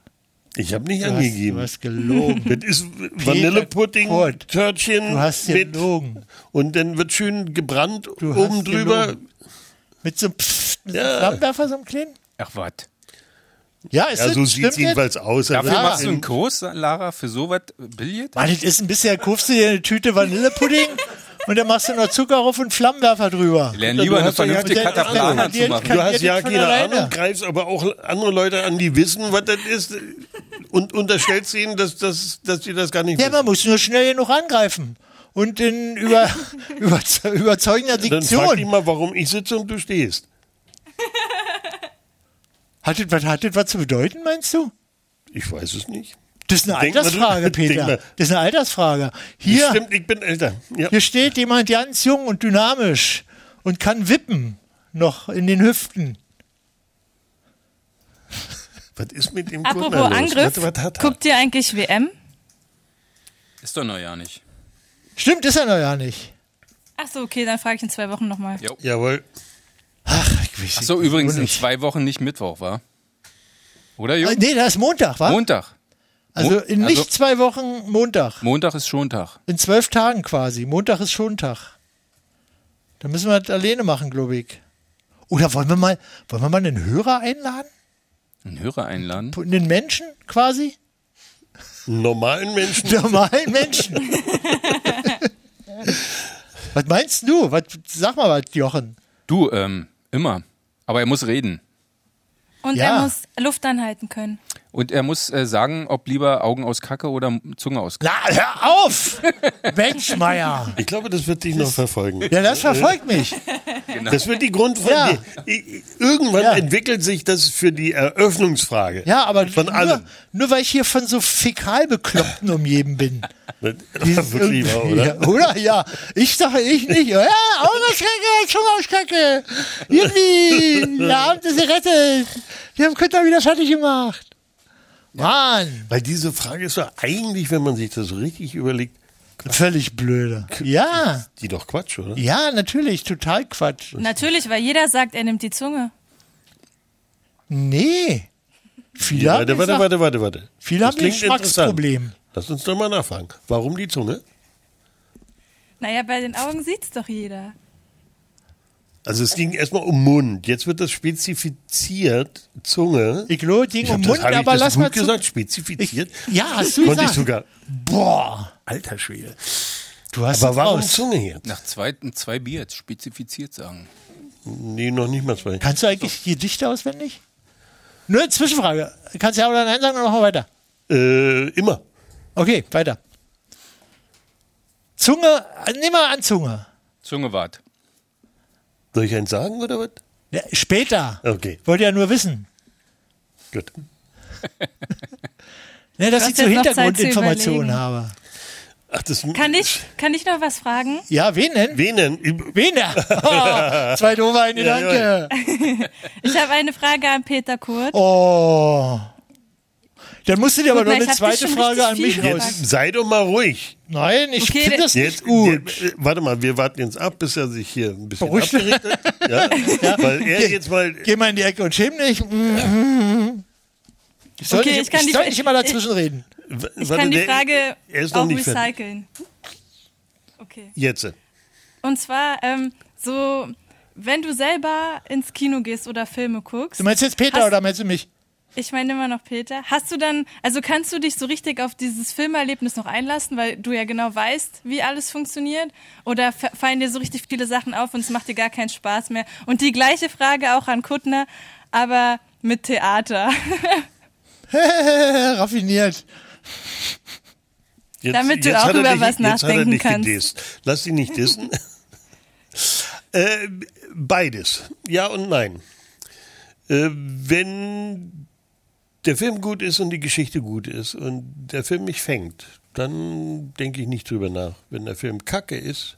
Ich habe nicht Du hast, du angegeben. hast gelogen. Das ist Vanillepudding, Kurt, Törtchen Du hast mit gelogen. und dann wird schön gebrannt Du oben hast drüber. gelogen. Mit so einem Pfff, mit so Ja. einem Flammenwerfer, so einem kleinen? ach, was. Ja, ist Ja, das, so sieht stimmt es das? jedenfalls aus. Dafür Also, machst du einen Kurs, Lara, für sowas Billard? Mann, das ist ein bisschen, kaufst du dir eine Tüte Vanillepudding und dann machst du noch Zucker drauf und Flammenwerfer drüber. Lern du lieber eine hast ja vernünftige gesagt, Katapulana das zu kann- machen. Du hast dir ja nicht von keine alleine. Ahnung, greifst aber auch andere Leute an, die wissen, was das ist und unterstellst ihnen, dass, dass, dass die das gar nicht Ja, man wissen. muss nur schnell genug angreifen. Und in über, überze überzeugender Dann frag dich Diktion. mal, warum ich sitze und du stehst. Hat das, was- hat das was zu bedeuten, meinst du? Ich weiß es nicht. Das ist eine Denk mal, du- Altersfrage, denk Peter. mal. Das ist eine Altersfrage. Hier, Stimmt, ich bin älter. Ja. hier steht jemand ganz jung und dynamisch und kann wippen noch in den Hüften. Was ist mit dem Apropos Kuttner los? Angriff, Was, was hat er? guckt ihr eigentlich WM? Ist doch noch ja nicht. Stimmt, ist er noch ja nicht. Ach so, okay, dann frage ich in zwei Wochen nochmal. Jo. Jawohl. Ach, ich weiß Achso, nicht. übrigens in Nicht. zwei Wochen nicht Mittwoch, war? Oder, Ah, Jungs? Nee, das ist Montag, wa? Montag. also in Mon- nicht also- zwei Wochen Montag. Montag ist Schontag. In zwölf Tagen quasi. Montag ist Schontag. Da müssen wir das alleine machen, glaube ich. Oder wollen wir mal, wollen wir mal einen Hörer einladen? Einen Hörer einladen. Einen Menschen quasi? Einen Normalen Menschen. Normalen Menschen. was meinst du? Was, sag mal was, Jochen. Du, ähm, immer. Aber er muss reden. Und Ja. er muss Luft anhalten können. Und er muss äh, sagen, ob lieber Augen aus Kacke oder M- Zunge aus Kacke. Na, hör auf! Mensch, Meier. Ich glaube, das wird dich noch verfolgen. Ja, das verfolgt mich. Das wird die Grundfrage. Ja. I- i- Irgendwann Ja. entwickelt sich das für die Eröffnungsfrage. Ja, aber von nur, allem. nur weil ich hier von so Fäkalbekloppten umgeben bin. Das ist wirklich wahr, Irgendwie, oder? Ja, oder? Ja. Ich sage ich nicht. Ja, Augenauskacke, Zungenauskacke. Irgendwie, der Abend ist gerettet. Die haben Küttner wieder fertig gemacht. Mann. Weil diese Frage ist ja eigentlich, wenn man sich das so richtig überlegt, Völlig blöde. Ja. die doch Quatsch, oder? Ja, natürlich. Total Quatsch. Natürlich, weil jeder sagt, er nimmt die Zunge. Nee. Viele haben warte, warte, gesagt- warte, warte, warte. Viele haben ein klingt Geschmacksproblem. interessant. Lass uns doch mal nachfragen. Warum die Zunge? Naja, bei den Augen sieht's doch jeder. Also es ging erstmal um Mund. Jetzt wird das spezifiziert Zunge. Ich glaube, ging um hab das- Mund, hab ich aber das lass gut mal zu- gesagt, spezifiziert. Ja, hast du Konnte ich gesagt. sogar. Boah. Alter Schwede. Du hast Aber es warum raus. Zunge jetzt? Nach zwei, zwei Bier jetzt spezifiziert sagen. Nee, noch nicht mal zwei. Kannst du eigentlich Gedichte auswendig? Nur Zwischenfrage. Kannst du ja oder nein sagen und machen wir weiter. Äh, immer. Okay, weiter. Zunge, nimm mal an Zunge. Zunge wart. Soll ich eins sagen oder was? Ja, Ne, Später. Okay, Wollte ja nur wissen. gut. Ne, dass Du ich hast so ne, jetzt noch Zeit zu Hintergrundinformationen überlegen. habe. Ach, das Kann ich, kann ich noch was fragen? Ja, wen denn? Wen denn? Wen denn? Oh, zwei doofe, eine Ja, Danke. Ich habe eine Frage an Peter Kurt. Oh. Dann musst du dir aber Guck noch mal, eine ich hab dich zweite schon Frage an mich richtig viel raus. Jetzt sei doch mal ruhig. Nein, ich Okay, finde der- das nicht Jetzt, gut. äh, warte mal, wir warten jetzt ab, bis er sich hier ein bisschen Beruhigt. abgerichtet hat. Ja? Weil er jetzt mal. Geh mal in die Ecke und schäm dich. Ich soll, Okay, nicht, ich kann die- soll nicht immer dazwischen reden. Ich warte, kann die der- Frage er ist noch auch nicht fertig. recyceln. Okay. Jetzt. Und zwar, ähm, so, wenn du selber ins Kino gehst oder Filme guckst. Du meinst jetzt Peter hast, oder meinst du mich? Ich meine immer noch Peter. Hast du dann, also kannst du dich so richtig auf dieses Filmerlebnis noch einlassen, weil du ja genau weißt, wie alles funktioniert? Oder fa- fallen dir so richtig viele Sachen auf und es macht dir gar keinen Spaß mehr? Und die gleiche Frage auch an Kuttner, aber mit Theater. Raffiniert. Jetzt, Damit du jetzt auch hat er über dich- jetzt was hat er nachdenken dich kannst. gedisst. Lass dich nicht dissen. äh, beides. Ja und nein. Äh, wenn der Film gut ist und die Geschichte gut ist und der Film mich fängt, dann denke ich nicht drüber nach. Wenn der Film kacke ist,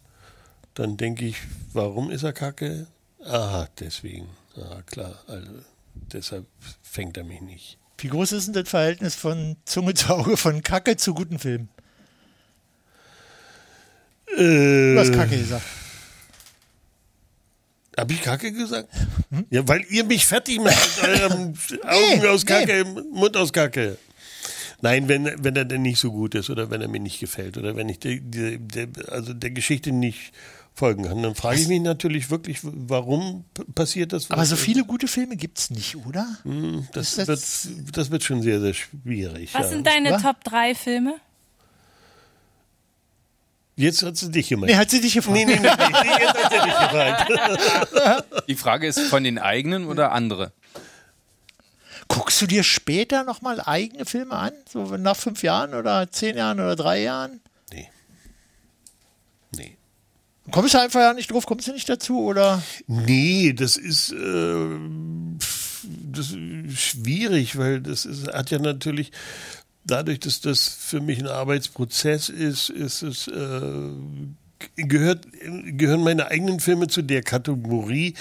dann denke ich, warum ist er kacke? Aha, deswegen. Ah, klar. Also, deshalb fängt er mich nicht. Wie groß ist denn das Verhältnis von Zunge zu Auge, von Kacke zu guten Filmen? Äh, Du hast Kacke gesagt. Hab ich Kacke gesagt? Hm? Ja, weil ihr mich fertig macht mit eurem Augen aus Kacke, Mund aus Kacke. Nein, wenn, wenn er denn nicht so gut ist oder wenn er mir nicht gefällt oder wenn ich der, der, der, also der Geschichte nicht folgen kann, dann frage ich mich natürlich wirklich, warum p- passiert das? Aber so viele gute Filme gibt es nicht, oder? Hm, Das, Ist das- wird, das wird schon sehr, sehr schwierig. Was ja. sind deine Was? Top 3 Filme? Jetzt hat sie dich gemeint. Nee, hat sie dich gefragt. Nee, nee, nee, nee, jetzt hat sie dich gefragt. Die Frage ist von den eigenen oder andere? Guckst du dir später nochmal eigene Filme an? So nach fünf Jahren oder zehn Jahren oder drei Jahren? Nee. Nee. Kommst du einfach ja nicht drauf, kommst du nicht dazu? Oder Nee, das ist, äh, pf, das ist schwierig, weil das ist, hat ja natürlich, dadurch, dass das für mich ein Arbeitsprozess ist, ist es, äh, gehört, gehören meine eigenen Filme zu der Kategorie.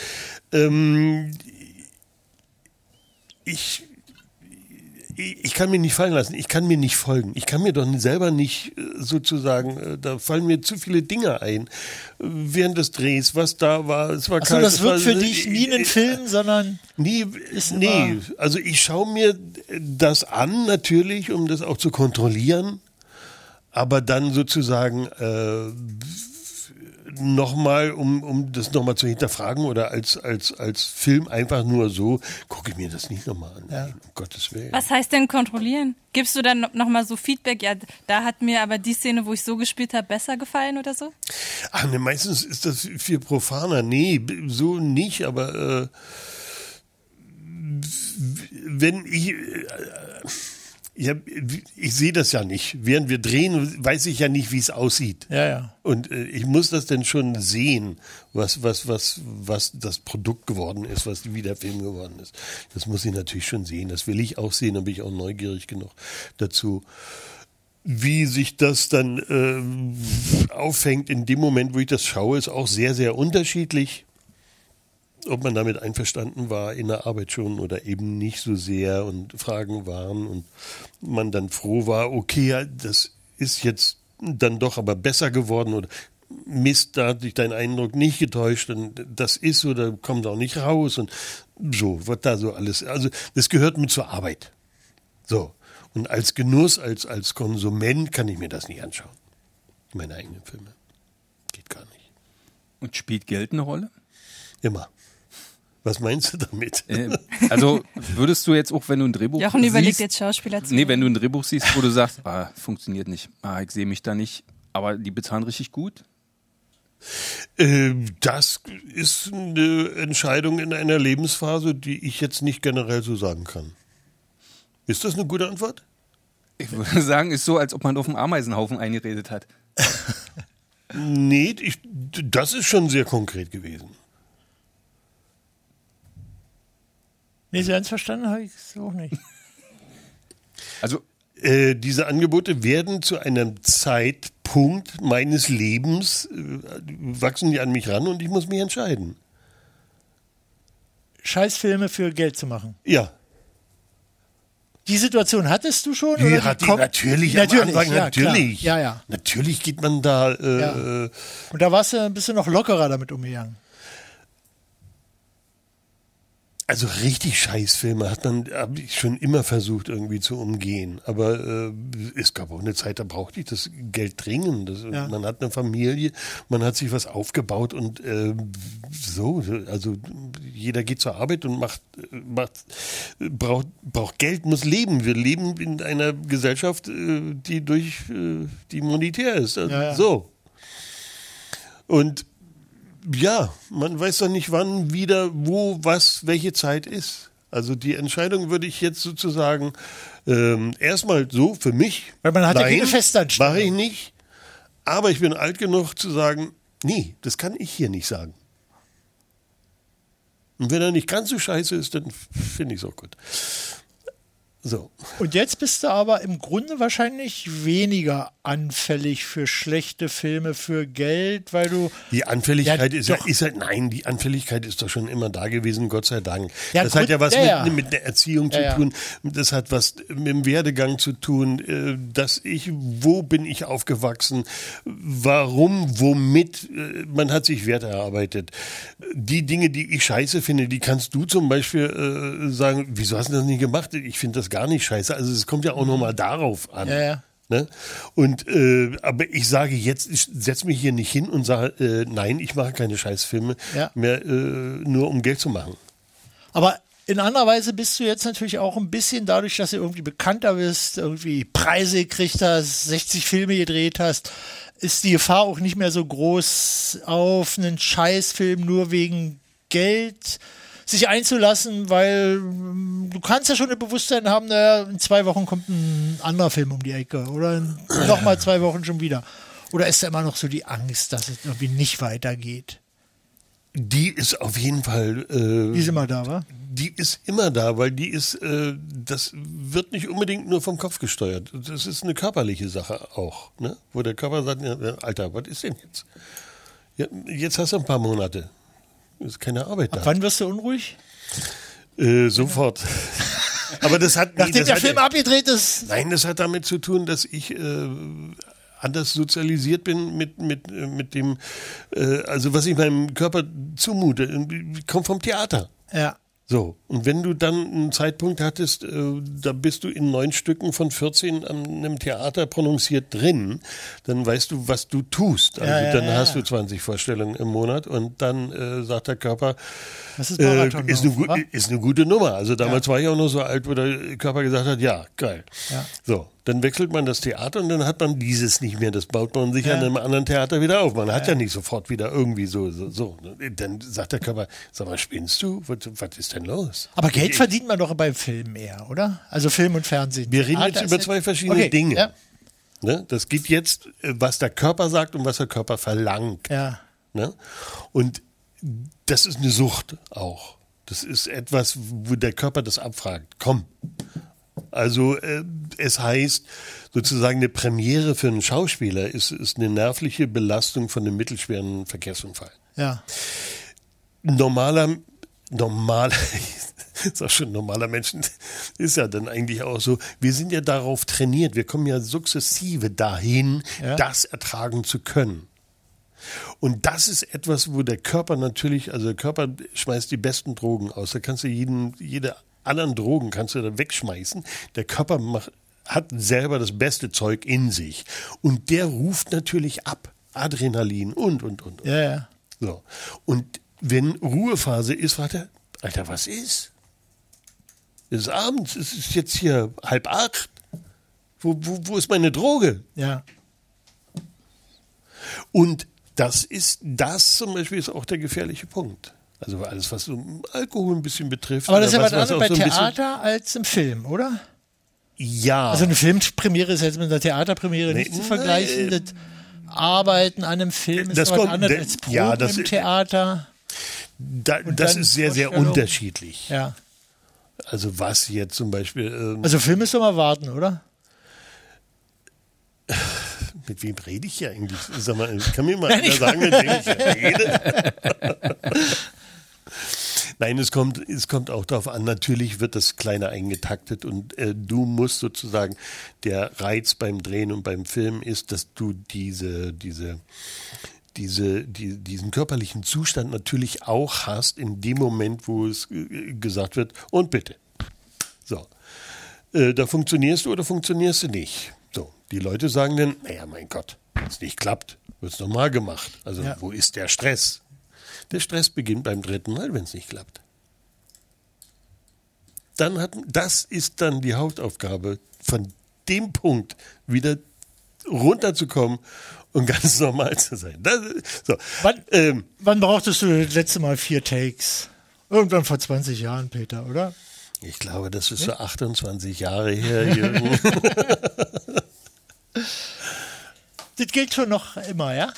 Ähm, ich, ich ich kann mir nicht fallen lassen, ich kann mir nicht folgen. Ich kann mir doch selber nicht äh, sozusagen, äh, da fallen mir zu viele Dinge ein. Äh, Während des Drehs, was da war, es war Achso, kalt, das es wird war- für dich nie ein Film, sondern Nee, nee. wahr. also ich schaue mir das an natürlich, um das auch zu kontrollieren, aber dann sozusagen äh, nochmal, um, um das nochmal zu hinterfragen oder als, als, als Film einfach nur so, gucke ich mir das nicht nochmal an. Nein, um Gottes Willen. Was heißt denn kontrollieren? Gibst du dann nochmal so Feedback? Ja, da hat mir aber die Szene, wo ich so gespielt habe, besser gefallen oder so? Ach, ne, meistens ist das viel profaner. Nee, b- so nicht, aber äh, wenn ich. Äh, ich, hab- ich sehe das ja nicht. Während wir drehen, weiß ich ja nicht, wie es aussieht. Ja, ja. Und äh, ich muss das denn schon sehen, was, was, was, was das Produkt geworden ist, was wie der Film geworden ist. Das muss ich natürlich schon sehen. Das will ich auch sehen, da bin ich auch neugierig genug dazu wie sich das dann äh, auffängt in dem Moment, wo ich das schaue, ist auch sehr, sehr unterschiedlich. Ob man damit einverstanden war in der Arbeit schon oder eben nicht so sehr und Fragen waren und man dann froh war, okay, ja, das ist jetzt dann doch aber besser geworden oder Mist, da hat dich dein Eindruck nicht getäuscht und das ist oder kommt auch nicht raus und so, was da so alles. Also, das gehört mit zur Arbeit. So. Und als Genuss, als, als Konsument kann ich mir das nicht anschauen. Meine eigenen Filme. Geht gar nicht. Und spielt Geld eine Rolle? Immer. Was meinst du damit? Äh, also würdest du jetzt auch, wenn du ein Oh, Drehbuch Jochen überlegt siehst, jetzt Schauspieler zu. Nee, wenn du ein Drehbuch siehst, wo du sagst, ah, funktioniert nicht, ah, ich sehe mich da nicht, aber die bezahlen richtig gut. Ähm, das ist eine Entscheidung in einer Lebensphase, die ich jetzt nicht generell so sagen kann. Ist das eine gute Antwort? Ich würde sagen, ist so, als ob man auf dem Ameisenhaufen eingeredet hat. Nee, ich, das ist schon sehr konkret gewesen. nee, so ganz verstanden habe ich es auch nicht. Also Äh, diese Angebote werden zu einem Zeitpunkt Punkt meines Lebens äh, wachsen die an mich ran und ich muss mich entscheiden. Scheißfilme für Geld zu machen. Ja. Die Situation hattest du schon? Die oder hat die kommt- natürlich, am Anfang, ja, klar. natürlich. Ja, ja. Natürlich geht man da, äh, Ja. äh, Und da warst du ein bisschen noch lockerer damit umgegangen. also richtig Scheißfilme hat man, habe ich schon immer versucht irgendwie zu umgehen. Aber äh, es gab auch eine Zeit, da brauchte ich das Geld dringend. Das, Ja. Man hat eine Familie, man hat sich was aufgebaut und äh, so, also jeder geht zur Arbeit und macht, macht braucht, braucht Geld, muss leben. Wir leben in einer Gesellschaft, äh, die durch, äh, die monetär ist. Also, Ja, ja. So. Und ja, man weiß doch nicht, wann wieder, wo, was, welche Zeit ist. Also die Entscheidung würde ich jetzt sozusagen ähm, erstmal so für mich. Weil man hat ja keine Festanstellung. Mache ich nicht. Aber ich bin alt genug zu sagen, nee, das kann ich hier nicht sagen. Und wenn er nicht ganz so scheiße ist, dann f- finde ich es auch gut. So. Und jetzt bist du aber im Grunde wahrscheinlich weniger anfällig für schlechte Filme, für Geld, weil du. Die Anfälligkeit Ja, ist, ja, doch. ist halt, nein, die Anfälligkeit ist doch schon immer da gewesen, Gott sei Dank. Ja, das gut, hat ja was ja, ja. Mit, mit der Erziehung zu Ja, ja. tun, das hat was mit dem Werdegang zu tun, äh, dass ich, wo bin ich aufgewachsen, warum, womit, äh, man hat sich Wert erarbeitet. Die Dinge, die ich scheiße finde, die kannst du zum Beispiel äh, sagen, wieso hast du das nicht gemacht? Ich finde das gar nicht scheiße. Also es kommt ja auch nochmal darauf an. Mhm. Ja, ja. Ne? Und äh, aber ich sage jetzt, ich setze mich hier nicht hin und sage, äh, nein, ich mache keine Scheißfilme Ja. mehr, äh, nur um Geld zu machen. Aber in anderer Weise bist du jetzt natürlich auch ein bisschen dadurch, dass du irgendwie bekannter bist, irgendwie Preise gekriegt hast, 60 Filme gedreht hast, ist die Gefahr auch nicht mehr so groß, auf einen Scheißfilm nur wegen Geld sich einzulassen, weil ähm, du kannst ja schon ein Bewusstsein haben, naja, in zwei Wochen kommt ein anderer Film um die Ecke oder in nochmal zwei Wochen schon wieder. Oder ist da immer noch so die Angst, dass es irgendwie nicht weitergeht? Die ist auf jeden Fall. Äh, Die ist immer da, wa? Die ist immer da, weil die ist, äh, das wird nicht unbedingt nur vom Kopf gesteuert. Das ist eine körperliche Sache auch, ne? Wo der Körper sagt, ja, Alter, was ist denn jetzt? Ja, jetzt hast du ein paar Monate. Ist keine Arbeit da. Wann wirst du unruhig? Äh, sofort. Aber das hat nee, Nachdem das der hat- Film abgedreht ist, Nein, das hat damit zu tun, dass ich äh, anders sozialisiert bin mit, mit, äh, mit dem, äh, also was ich meinem Körper zumute. Ich komme vom Theater. Ja. So, und wenn du dann einen Zeitpunkt hattest, äh, da bist du in neun Stücken von 14 an einem Theater prononciert drin, dann weißt du, was du tust. Also Ja, ja, dann ja, hast ja. du 20 Vorstellungen im Monat und dann äh, sagt der Körper, Das ist äh, Marathon ist, eine, laufen, wa? gu- ist eine gute Nummer. Also damals war ich auch noch so alt, wo der Körper gesagt hat, ja, geil. Ja. So, dann wechselt man das Theater und dann hat man dieses nicht mehr. Das baut man sich Ja. an einem anderen Theater wieder auf. Man hat ja, nicht sofort wieder irgendwie so, so, so. ne? Dann sagt der Körper, sag mal, spinnst du? Was, was ist denn los? Aber Geld verdient man doch beim Film eher, oder? Also Film und Fernsehen. Wir reden Ah, jetzt das über ist- zwei verschiedene Okay, Dinge. Ja, Ne? Das gibt jetzt, äh, was der Körper sagt und was der Körper verlangt. ja. Ne? Und das ist eine Sucht auch. Das ist etwas, wo der Körper das abfragt. Komm. Also äh, es heißt, sozusagen eine Premiere für einen Schauspieler ist, ist eine nervliche Belastung von einem mittelschweren Verkehrsunfall. ja. Normaler, normaler, ist auch schon normaler Menschen, ist ja dann eigentlich auch so, wir sind ja darauf trainiert, wir kommen ja sukzessive dahin, Ja. das ertragen zu können. Und das ist etwas, wo der Körper natürlich, also der Körper schmeißt die besten Drogen aus. Da kannst du jeden, jede anderen Drogen kannst du da wegschmeißen. Der Körper macht, hat selber das beste Zeug in sich. Und der ruft natürlich ab. Adrenalin und, und, und. und. Ja, ja. So. Und wenn Ruhephase ist, fragt er, Alter, was ist? Es ist abends, es ist jetzt hier halb acht. Wo, wo, wo ist meine Droge? ja. Und das ist, das zum Beispiel ist auch der gefährliche Punkt. Also alles, was so Alkohol ein bisschen betrifft. Aber das ist ja oder was was- anderes was bei auch so ein bisschen- Theater als im Film, oder? Ja. Also eine Filmpremiere ist jetzt mit einer Theaterpremiere nicht Nee, zu vergleichen. nee. Das Arbeiten an einem Film ist Das noch was kommt- anderes das- als Proben ja, das- im Theater. da, das dann ist sehr, sehr Vorstellung. unterschiedlich. Ja. Also was jetzt zum Beispiel. Ähm, Also Film ist doch mal warten, oder? mit wem rede ich hier eigentlich? Sag mal, kann mir mal einer sagen, mit wem ich rede? Nein, es kommt, es kommt auch darauf an, natürlich wird das kleiner eingetaktet und äh, du musst sozusagen, der Reiz beim Drehen und beim Filmen ist, dass du diese, diese, diese, die, diesen körperlichen Zustand natürlich auch hast in dem Moment, wo es äh, gesagt wird, und bitte. So. Äh, da funktionierst du oder funktionierst du nicht. So. Die Leute sagen dann, naja, mein Gott, wenn es nicht klappt, wird es nochmal gemacht. Also, Ja. wo ist der Stress? Der Stress beginnt beim dritten Mal, wenn es nicht klappt. Dann hat, das ist dann die Hauptaufgabe, von dem Punkt wieder runterzukommen und ganz normal zu sein. Das, so. Wann, Ähm, wann brauchtest du das letzte Mal vier Takes? Irgendwann vor 20 Jahren, Peter, oder? Ich glaube, das ist so Hm? 28 Jahre her, Jürgen. Das gilt schon noch immer, ja?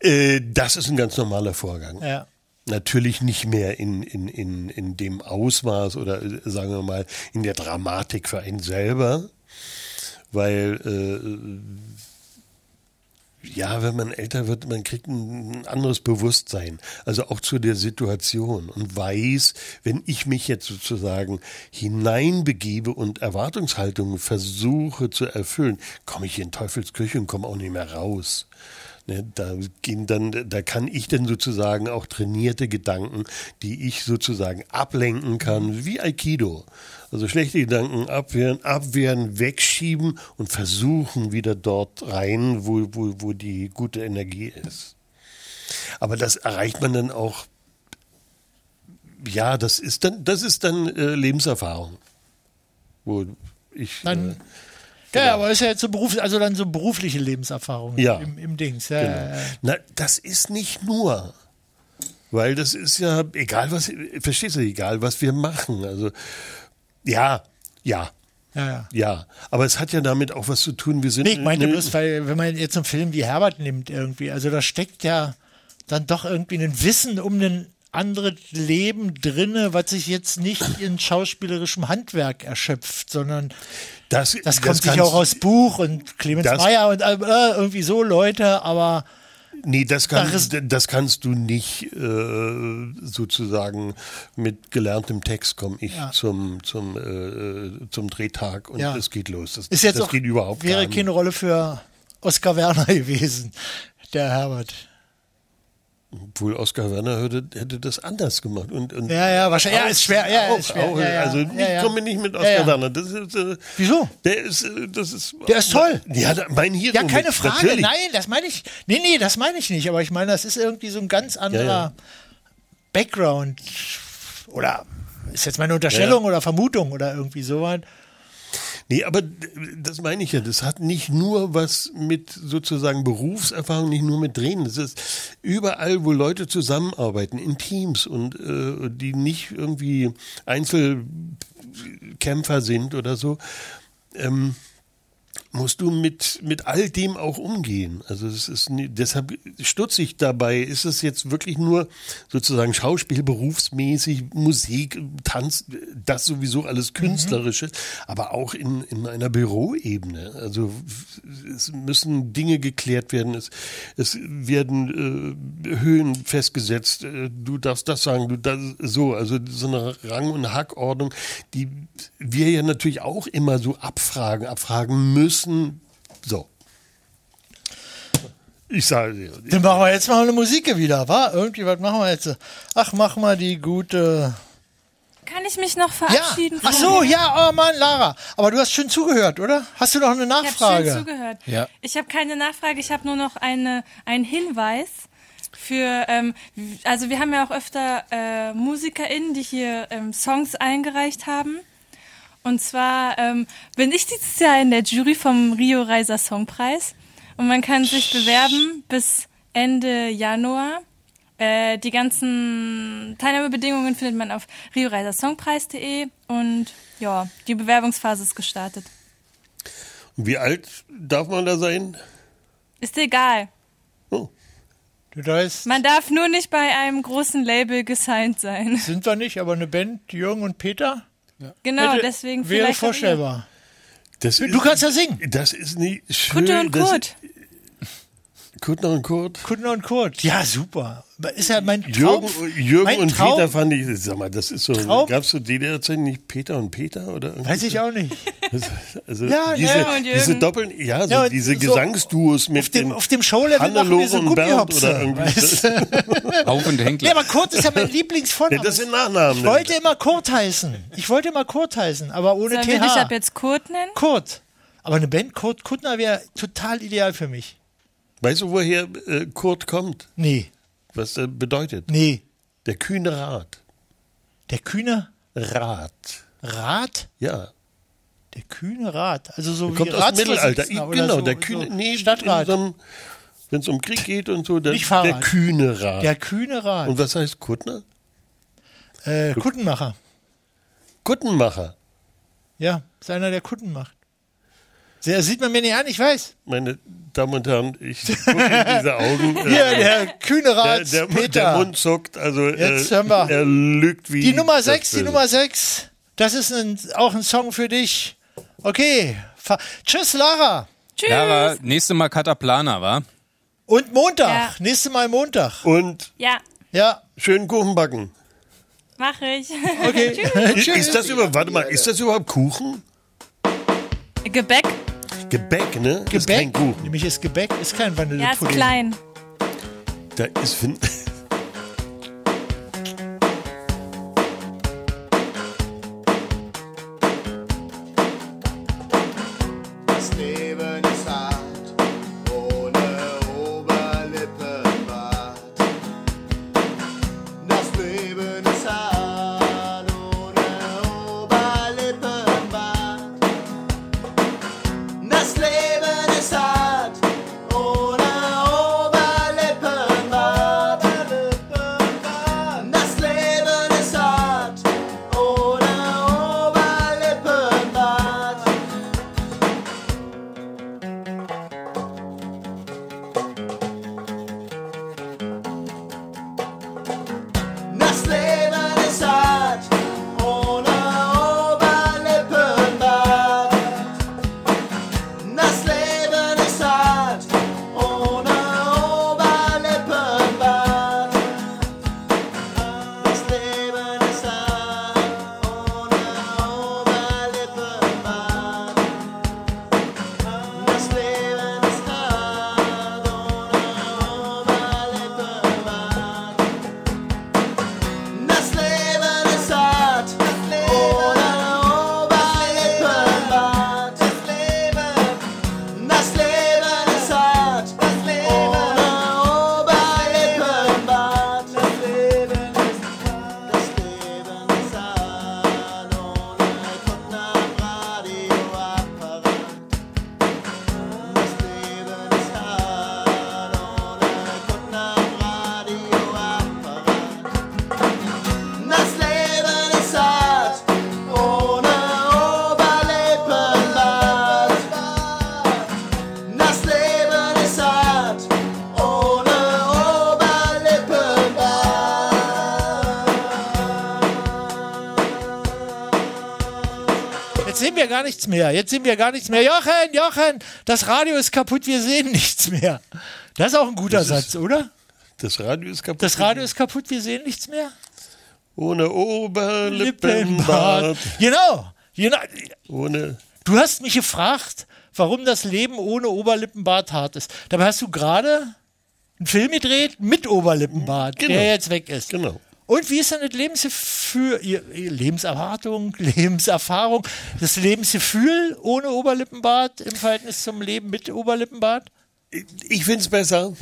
Äh, das ist ein ganz normaler Vorgang. Ja. Natürlich nicht mehr in, in, in, in dem Ausmaß oder äh, sagen wir mal in der Dramatik für einen selber, weil äh, ja, wenn man älter wird, man kriegt ein anderes Bewusstsein, also auch zu der Situation und weiß, wenn ich mich jetzt sozusagen hineinbegebe und Erwartungshaltungen versuche zu erfüllen, komme ich in Teufelsküche und komme auch nicht mehr raus. Ne, da gehen dann, da kann ich dann sozusagen auch trainierte Gedanken, die ich sozusagen ablenken kann, wie Aikido. Also schlechte Gedanken abwehren, abwehren, wegschieben und versuchen wieder dort rein, wo, wo, wo die gute Energie ist. Aber das erreicht man dann auch, ja, das ist dann, das ist dann äh, Lebenserfahrung. Wo ich, äh, Dann, Ja, aber ist ja jetzt so Beruf, also dann so berufliche Lebenserfahrung Genau. Ja. im, im Dings. Ja, Genau. ja, ja. Na, das ist nicht nur. Weil das ist ja, egal was, verstehst du, egal was wir machen. Also, ja, ja, ja, ja. ja. Aber es hat ja damit auch was zu tun. Wir sind. Nee, ich meinte ne- bloß, weil wenn man jetzt einen Film wie Herbert nimmt irgendwie, also da steckt ja dann doch irgendwie ein Wissen um ein anderes Leben drinne, was sich jetzt nicht in schauspielerischem Handwerk erschöpft, sondern das, das das kommt sich kannst- auch aus Buch und Clemens Das- Meyer und äh, irgendwie so Leute, aber Nee, das, kann, Ach, es- das kannst du nicht äh, sozusagen mit gelerntem Text komme ich Ja. zum, zum, äh, zum Drehtag und Ja. es geht los. Das, ist jetzt das auch, geht überhaupt wäre gar keine Rolle für Oskar Werner gewesen, der Herbert. Obwohl Oskar Werner hätte, hätte das anders gemacht. Und, und Ja, ja, wahrscheinlich. Ja, Auch- ist schwer. Ja, auch, ist schwer. Auch, ja, ja. Also ja, ich ja. komme nicht mit Ja, Oskar ja. Werner. Das ist, äh, Wieso? Der ist, äh, das ist, Der ist toll. Ja, da- mein Hero. Ja, keine um mit, Frage. natürlich. Nein, das meine ich. Nee, nee, das meine ich nicht. Aber ich meine, das ist irgendwie so ein ganz anderer Ja, ja. Background. Oder ist jetzt meine Unterstellung Ja. oder Vermutung oder irgendwie sowas. Nee, aber d- das meine ich ja. Das hat nicht nur was mit sozusagen Berufserfahrung, nicht nur mit Drehen. Das ist überall, wo Leute zusammenarbeiten, in Teams und äh, die nicht irgendwie Einzelkämpfer sind oder so. Ähm, musst du mit, mit all dem auch umgehen. Also es ist nie, deshalb stutze ich dabei, ist es jetzt wirklich nur sozusagen Schauspiel, berufsmäßig, Musik, Tanz, das sowieso alles Künstlerische, aber auch in, in einer Büroebene. Also es müssen Dinge geklärt werden, es, es werden äh, Höhen festgesetzt, äh, du darfst das sagen, du das so, also so eine Rang- und Hackordnung, die wir ja natürlich auch immer so abfragen, abfragen müssen. So. Ich sage dir. Dann machen wir jetzt mal eine Musik wieder, wa? Irgendwie, was machen wir jetzt? Ach, mach mal die gute. Kann ich mich noch Ja. verabschieden? Ach von so, dir? ja, oh Mann, Lara. Aber du hast schön zugehört, oder? Hast du noch eine Ich habe Nachfrage? schön zugehört. Ja. Ich habe keine Nachfrage, ich habe nur noch eine, einen Hinweis für, ähm, w- also wir haben ja auch öfter äh, MusikerInnen, die hier ähm, Songs eingereicht haben. Und zwar ähm, bin ich dieses Jahr in der Jury vom Rio Reiser Songpreis und man kann sich bewerben bis Ende Januar. Äh, die ganzen Teilnahmebedingungen findet man auf rioreisersongpreis.de und ja, die Bewerbungsphase ist gestartet. Wie alt darf man da sein? Oh. Ist egal. Du weißt, Man darf nur nicht bei einem großen Label gesigned sein. sind wir nicht, aber eine Band, Jürgen und Peter? Genau, Hätte- deswegen Wäre vielleicht auch vorstellbar. Das du kannst ja singen. Das ist nicht schön. Kutte und das- Kurt. Kuttner und Kurt. Kuttner und Kurt. Ja, super. Ist ja mein Traum. Jürgen, Jürgen mein und Traum, Peter fand ich, sag mal, das ist so, Traum- gab es zu DDR-Zeiten nicht Peter und Peter oder irgendwie Weiß ich so? auch nicht. Also, also Ja, diese, ja, und Jürgen. diese doppeln, ja, so Ja, und diese so Gesangsduos mit auf dem, Auf dem Showlevel machen wir so und Bernd Gummihops. oder irgendwie Weißt du? Auf und Henkler. Ja, aber Kurt ist ja mein Lieblingsvorname. Ja, das sind Nachnamen. Ich wollte immer Kurt heißen. Ich wollte immer Kurt heißen, aber ohne Sollen wir dich TH. ab jetzt Kurt nennen? Kurt. Aber eine Band Kurt Kuttner wäre total ideal für mich. Weißt du, woher äh, Kurt kommt? Nee. Was äh, bedeutet? Nee. Der kühne Rat. Der kühne Rat. Rat? Ja. Der kühne Rat. Also so Der wie kommt aus dem Mittelalter. Ratsvorsitzender oder genau, so, der kühne, so nee, Stadtrat. wenn es um Krieg geht und so, der, Nicht Fahrrad. der kühne Rat. Der kühne Rat. und was heißt Kuttner? äh, Kuttenmacher. Kuttenmacher. Ja, ist einer, der Kutten macht. Sehr, sieht man mir nicht an, ich weiß. Meine Damen und Herren, ich gucke in diese Augen. äh, Hier, der kühne Rat. der, der, Peter. der Mund zuckt, also Jetzt äh, hören wir. er lügt wie. Die Nummer das 6, die Böse. Nummer 6. Das ist ein, auch ein Song für dich. Okay. Fa Tschüss, Lara. Lara, nächste Mal Kataplana, wa? Und Montag. Nächste Mal Montag. Und Ja, ja. schönen Kuchen backen. mache ich. Äh, Ist, ist das über, warte mal, ist das überhaupt Kuchen? Gebäck? Gebäck, ne? Ist Gebäck. kein Kuchen. Nämlich ist Gebäck, ist kein Ja, ist Vanillepudding. klein. Da ist fin Das Leben ist hart, ohne Oberlippenbart. Das Leben ist hart, ohne Oberlippenbart. Das Leben ist hart, ohne Oberlippenbart. Das Leben ist hart, ohne Oberlippenbart. Das Leben ist hart, ohne Oberlippenbart. Das Leben ist hart, ohne Oberlippenbart. Das Leben ist hart, ohne Oberlippenbart. Das Leben ist hart, ohne Oberlippenbart. Das Leben ist hart, ohne Oberlippenbart. Das Leben, das Leben ist hart, ohne Oberlippenbart. Das Leben ist hart, das Leben ist hart, ohne Kutner-Radioapparat. Das Leben ist hart, ohne Kutner-Radioapparat. Das Leben ist hart, ohne Oberlippenbart. Das Leben ist hart, ohne Oberlippenbart. Jetzt sehen wir gar nichts mehr. Jetzt sehen wir gar nichts mehr. Jochen, Jochen, das Radio ist kaputt, wir sehen nichts mehr. Das ist auch ein guter Satz, oder? Das Radio ist kaputt. Das Radio ist kaputt, wir sehen nichts mehr. Ohne Oberlippenbart. Genau. genau. Ohne. Du hast mich gefragt, warum das Leben ohne Oberlippenbart hart ist. Dabei hast du gerade einen Film gedreht mit Oberlippenbart, Genau. der jetzt weg ist. Genau. Und wie ist denn das Lebensgefühl, ihr- ihr Lebenserwartung, Lebenserfahrung, das Lebensgefühl ohne Oberlippenbart im Verhältnis zum Leben mit Oberlippenbart? Ich find's besser.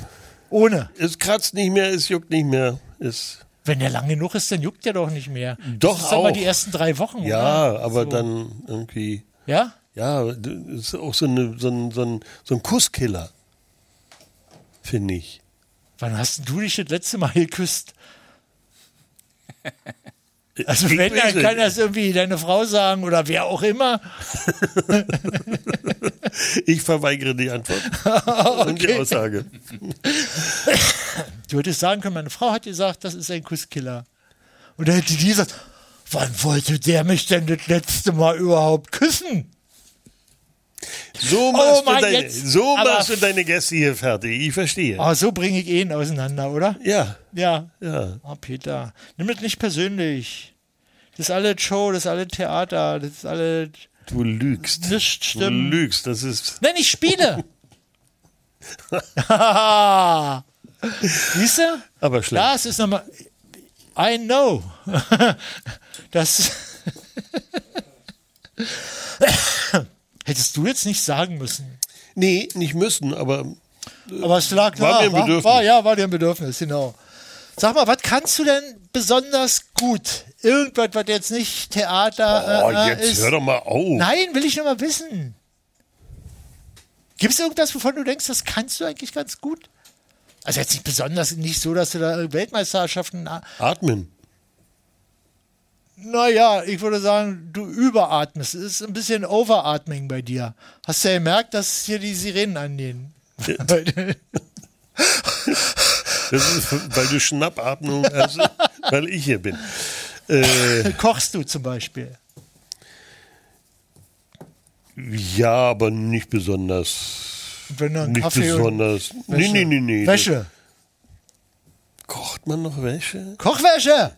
Ohne. Es kratzt nicht mehr, es juckt nicht mehr. Es, Wenn der lang genug ist, dann juckt der doch nicht mehr. Doch das ist aber auch. die ersten drei Wochen. ja, oder? aber So. dann irgendwie. Ja? Ja, das ist auch so, eine, so, ein, so, ein, so ein Kusskiller. Finde ich. Wann hast denn du dich das letzte Mal geküsst? Also Ich wenn, weiß dann nicht. kann das irgendwie deine Frau sagen oder wer auch immer. Ich verweigere die Antwort und die Aussage. Du hättest sagen können, meine Frau hat gesagt, das ist ein Kusskiller. Und dann hätte die gesagt, wann wollte der mich denn das letzte Mal überhaupt küssen? So Oh machst, Mann, du, deine, jetzt- so aber- machst du deine Gäste hier fertig. Ich verstehe. Oh, so bringe ich Ehen auseinander, oder? Ja. Ja. ja. Oh, Peter, nimm das nicht persönlich. Das ist alles Show, das ist alles Theater, das ist alles. Du lügst. Nicht Du stimmt. lügst. Das ist. Nein, ich spiele. Siehst du? Aber schlecht. Das ist nochmal. I know. das. Hättest du jetzt nicht sagen müssen. Nee, nicht müssen, aber. Aber es lag War da. mir ein Bedürfnis. War, ja, war dir ein Bedürfnis, genau. Sag mal, was kannst du denn besonders gut? Irgendwas, was jetzt nicht Theater Oh, äh, äh, jetzt ist. hör doch mal auf. Nein, will ich nur mal wissen. Gibt es irgendwas, wovon du denkst, das kannst du eigentlich ganz gut? Also jetzt nicht besonders, nicht so, dass du da Weltmeisterschaften... Atmen. Naja, ich würde sagen, du überatmest. Es ist ein bisschen Overatming bei dir. Hast du ja gemerkt, dass hier die Sirenen angehen. Äh, Das ist, weil du Schnappatmung hast, weil ich hier bin. Äh, Kochst du zum Beispiel. ja, aber nicht besonders. Und wenn du einen Nicht Kaffee und besonders. Nee, Wäsche- nee, nee, nee. Wäsche. Kocht man noch Wäsche? Kochwäsche!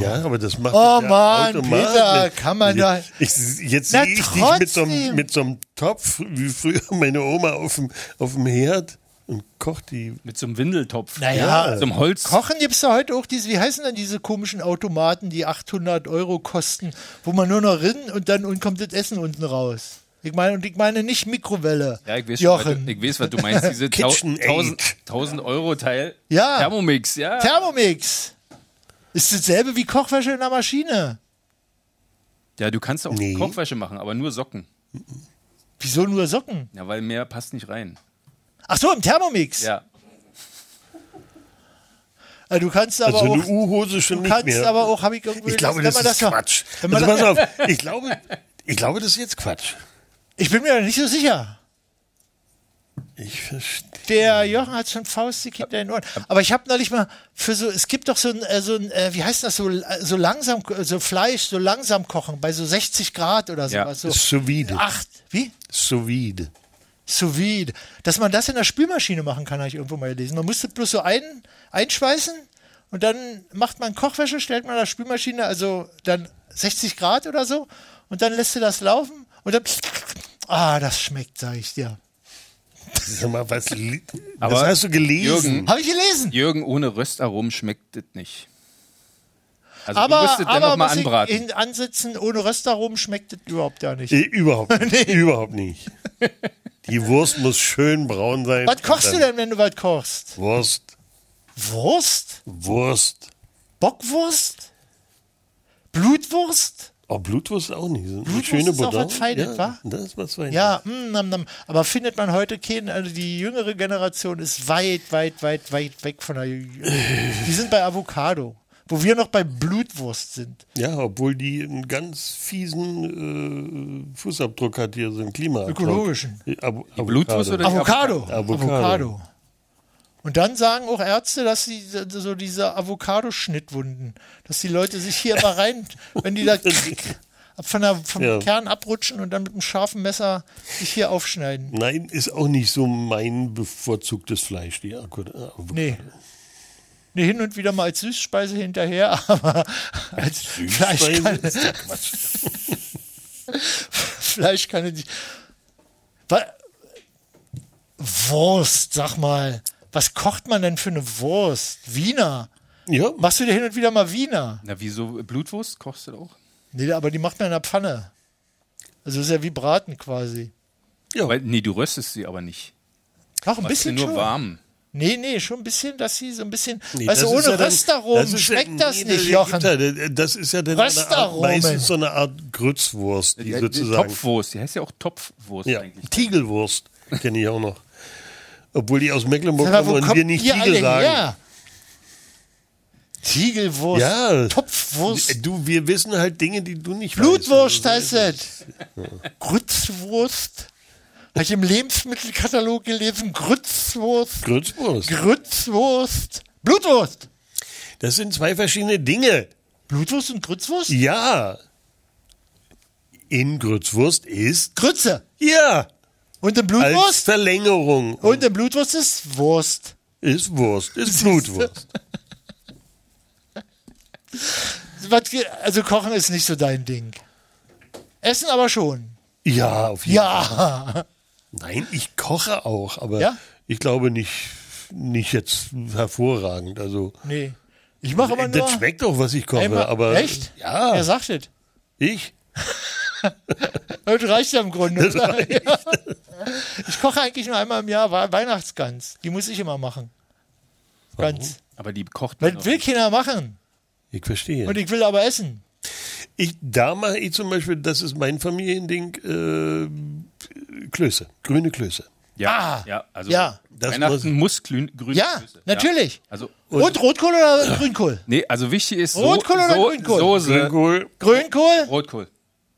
Ja, aber das macht Oh man ja Mann, automatisch. Peter, kann man da- Ich, jetzt Na, sehe ich dich mit so, einem, trotzdem. mit so einem Topf, wie früher meine Oma auf dem, auf dem Herd und kocht die. Mit so einem Windeltopf. Naja. So einem Holz. Kochen gibt es da heute auch diese, wie heißen denn diese komischen Automaten, die 800 Euro kosten, wo man nur noch rinnen und dann und kommt das Essen unten raus. Ich meine, und ich meine nicht Mikrowelle. Ja, ich weiß, schon, was, Jochen. du- ich weiß, was du meinst. Diese tau- KitchenAid. 1000 1000 Euro Teil. Ja. Thermomix, ja. Thermomix. Ist dasselbe wie Kochwäsche in der Maschine. ja, du kannst auch Nee. Kochwäsche machen, aber nur Socken. Wieso nur Socken? Ja, weil mehr passt nicht rein. Ach so, im Thermomix. Ja. Also du kannst aber Also eine auch. U-Hose schon Du nicht kannst mehr. aber auch, habe ich irgendwie. ich glaube, wenn das man ist mal- Quatsch. wenn man Also pass das- auf, ich glaube, ich glaube, das ist jetzt Quatsch. Ich bin mir nicht so sicher. Ich verstehe. Der Jochen hat schon faustig hinter den Ohren. Aber ich habe neulich mal für so, es gibt doch so ein, äh, so ein äh, wie heißt das, so, äh, so langsam, so Fleisch, so langsam kochen, bei so 60 Grad oder Ja. sowas. So Sous vide. acht, wie? Sous vide. Sous vide. Dass man das in der Spülmaschine machen kann, habe ich irgendwo mal gelesen. Man musste bloß so ein, einschweißen und dann macht man Kochwäsche, stellt man in der Spülmaschine, also dann 60 Grad oder so und dann lässt du das laufen und dann, ah, das schmeckt, sage ich dir. Sag mal, was, li- Aber was hast du gelesen? Jürgen- Habe ich gelesen. Jürgen, ohne Röstaromen schmeckt das nicht. Also du aber musst es aber dennoch mal muss anbraten. ich ihn ansitzen, ohne Röstaromen schmeckt das überhaupt gar nicht. Äh, überhaupt nicht. Überhaupt nicht. Die Wurst muss schön braun sein. was kochst du Dann denn, wenn du was kochst? Wurst, Wurst? Wurst. Bockwurst? Blutwurst? Oh, Blutwurst auch nicht. So eine Blutwurst schöne ist auch Bouillon. was Feines, ja, wa? Das ist was Feines. Ja, mm, nam, nam. aber findet man heute keinen, also die jüngere Generation ist weit, weit, weit, weit weg von der. Die sind bei Avocado, wo wir noch bei Blutwurst sind. Ja, obwohl die einen ganz fiesen äh, Fußabdruck hat hier, so einen Klimaabdruck. Ökologischen. Äh, Ab Avocado. Blutwurst oder- Avocado. Avocado. Avocado. Und dann sagen auch Ärzte, dass sie so diese Avocado-Schnittwunden, dass die Leute sich hier immer rein, wenn die da krick, ab- von der, vom Ja. Kern abrutschen und dann mit einem scharfen Messer sich hier aufschneiden. Nein, ist auch nicht so mein bevorzugtes Fleisch, die Avocado. Nee. Nee, hin und wieder mal als Süßspeise hinterher, aber als Fleisch kann, Süßspeise ist doch Quatsch. Fleisch kann ich nicht. Wa- Wurst, sag mal. Was kocht man denn für eine Wurst? Wiener. Ja, Machst du dir hin und wieder mal Wiener? Na, wieso Blutwurst? Kochst du das auch? Nee, aber die macht man in der Pfanne. Also ist ja wie Braten quasi. Ja. Weil, nee, du röstest sie aber nicht. Ach, ein Du machst sie bisschen nur schon. warm. Nee, nee, schon ein bisschen, dass sie so ein bisschen. Nee, weißt du, das ist Also ohne ja dann- Röstaromen das ist ja- schmeckt das nee, nicht, nee, Jochen. Gitter, Das ist ja dann eine Art, Röstaromen. meistens so eine Art Grützwurst, die Die, die sozusagen. Topfwurst, die heißt ja auch Topfwurst Ja, eigentlich. Tiegelwurst kenne ich auch noch. Obwohl die aus Mecklenburg Sag mal, kommen wo und kommt wir nicht ihr Tiegel alle sagen. her? Tiegelwurst, Ja. Topfwurst, Äh, Du, wir wissen halt Dinge, die du nicht Blutwurst weißt. heißt das. Grützwurst. Habe ich im Lebensmittelkatalog gelesen. Grützwurst. Grützwurst. Grützwurst. Blutwurst. Das sind zwei verschiedene Dinge. Blutwurst und Grützwurst? Ja. in Grützwurst ist Grütze. Ja. Und eine Blutwurst? Als Verlängerung. Und eine Blutwurst ist Wurst. Ist Wurst, ist Blutwurst. Was ge- Also kochen ist nicht so dein Ding. Essen aber schon. Ja, auf jeden Fall. Ja. Nein, ich koche auch, aber Ja? ich glaube nicht, nicht jetzt hervorragend. Also äh, Nee. Ich mache aber nur. das schmeckt auch, was ich koche, einmal- aber Echt? ja, Er sagt es. ich Das reicht ja im Grunde. Das oder? reicht. Ja. Ich koche eigentlich nur einmal im Jahr Wa- Weihnachtsgans. Die muss ich immer machen. Ganz. Aber die kocht man Das doch. will keiner machen. ich verstehe. Und ich will aber essen. Ich, da mache ich zum Beispiel, das ist mein Familiending, äh, Klöße, grüne Klöße. Ja, ja, also Ah. ja. Das muss- Weihnachten muss grün, grün Ja, natürlich. Also, Und, Rotkohl oder Grünkohl? nee, also wichtig ist so, Rotkohl oder so, Grünkohl? Soße, Grünkohl. Grünkohl? Rotkohl.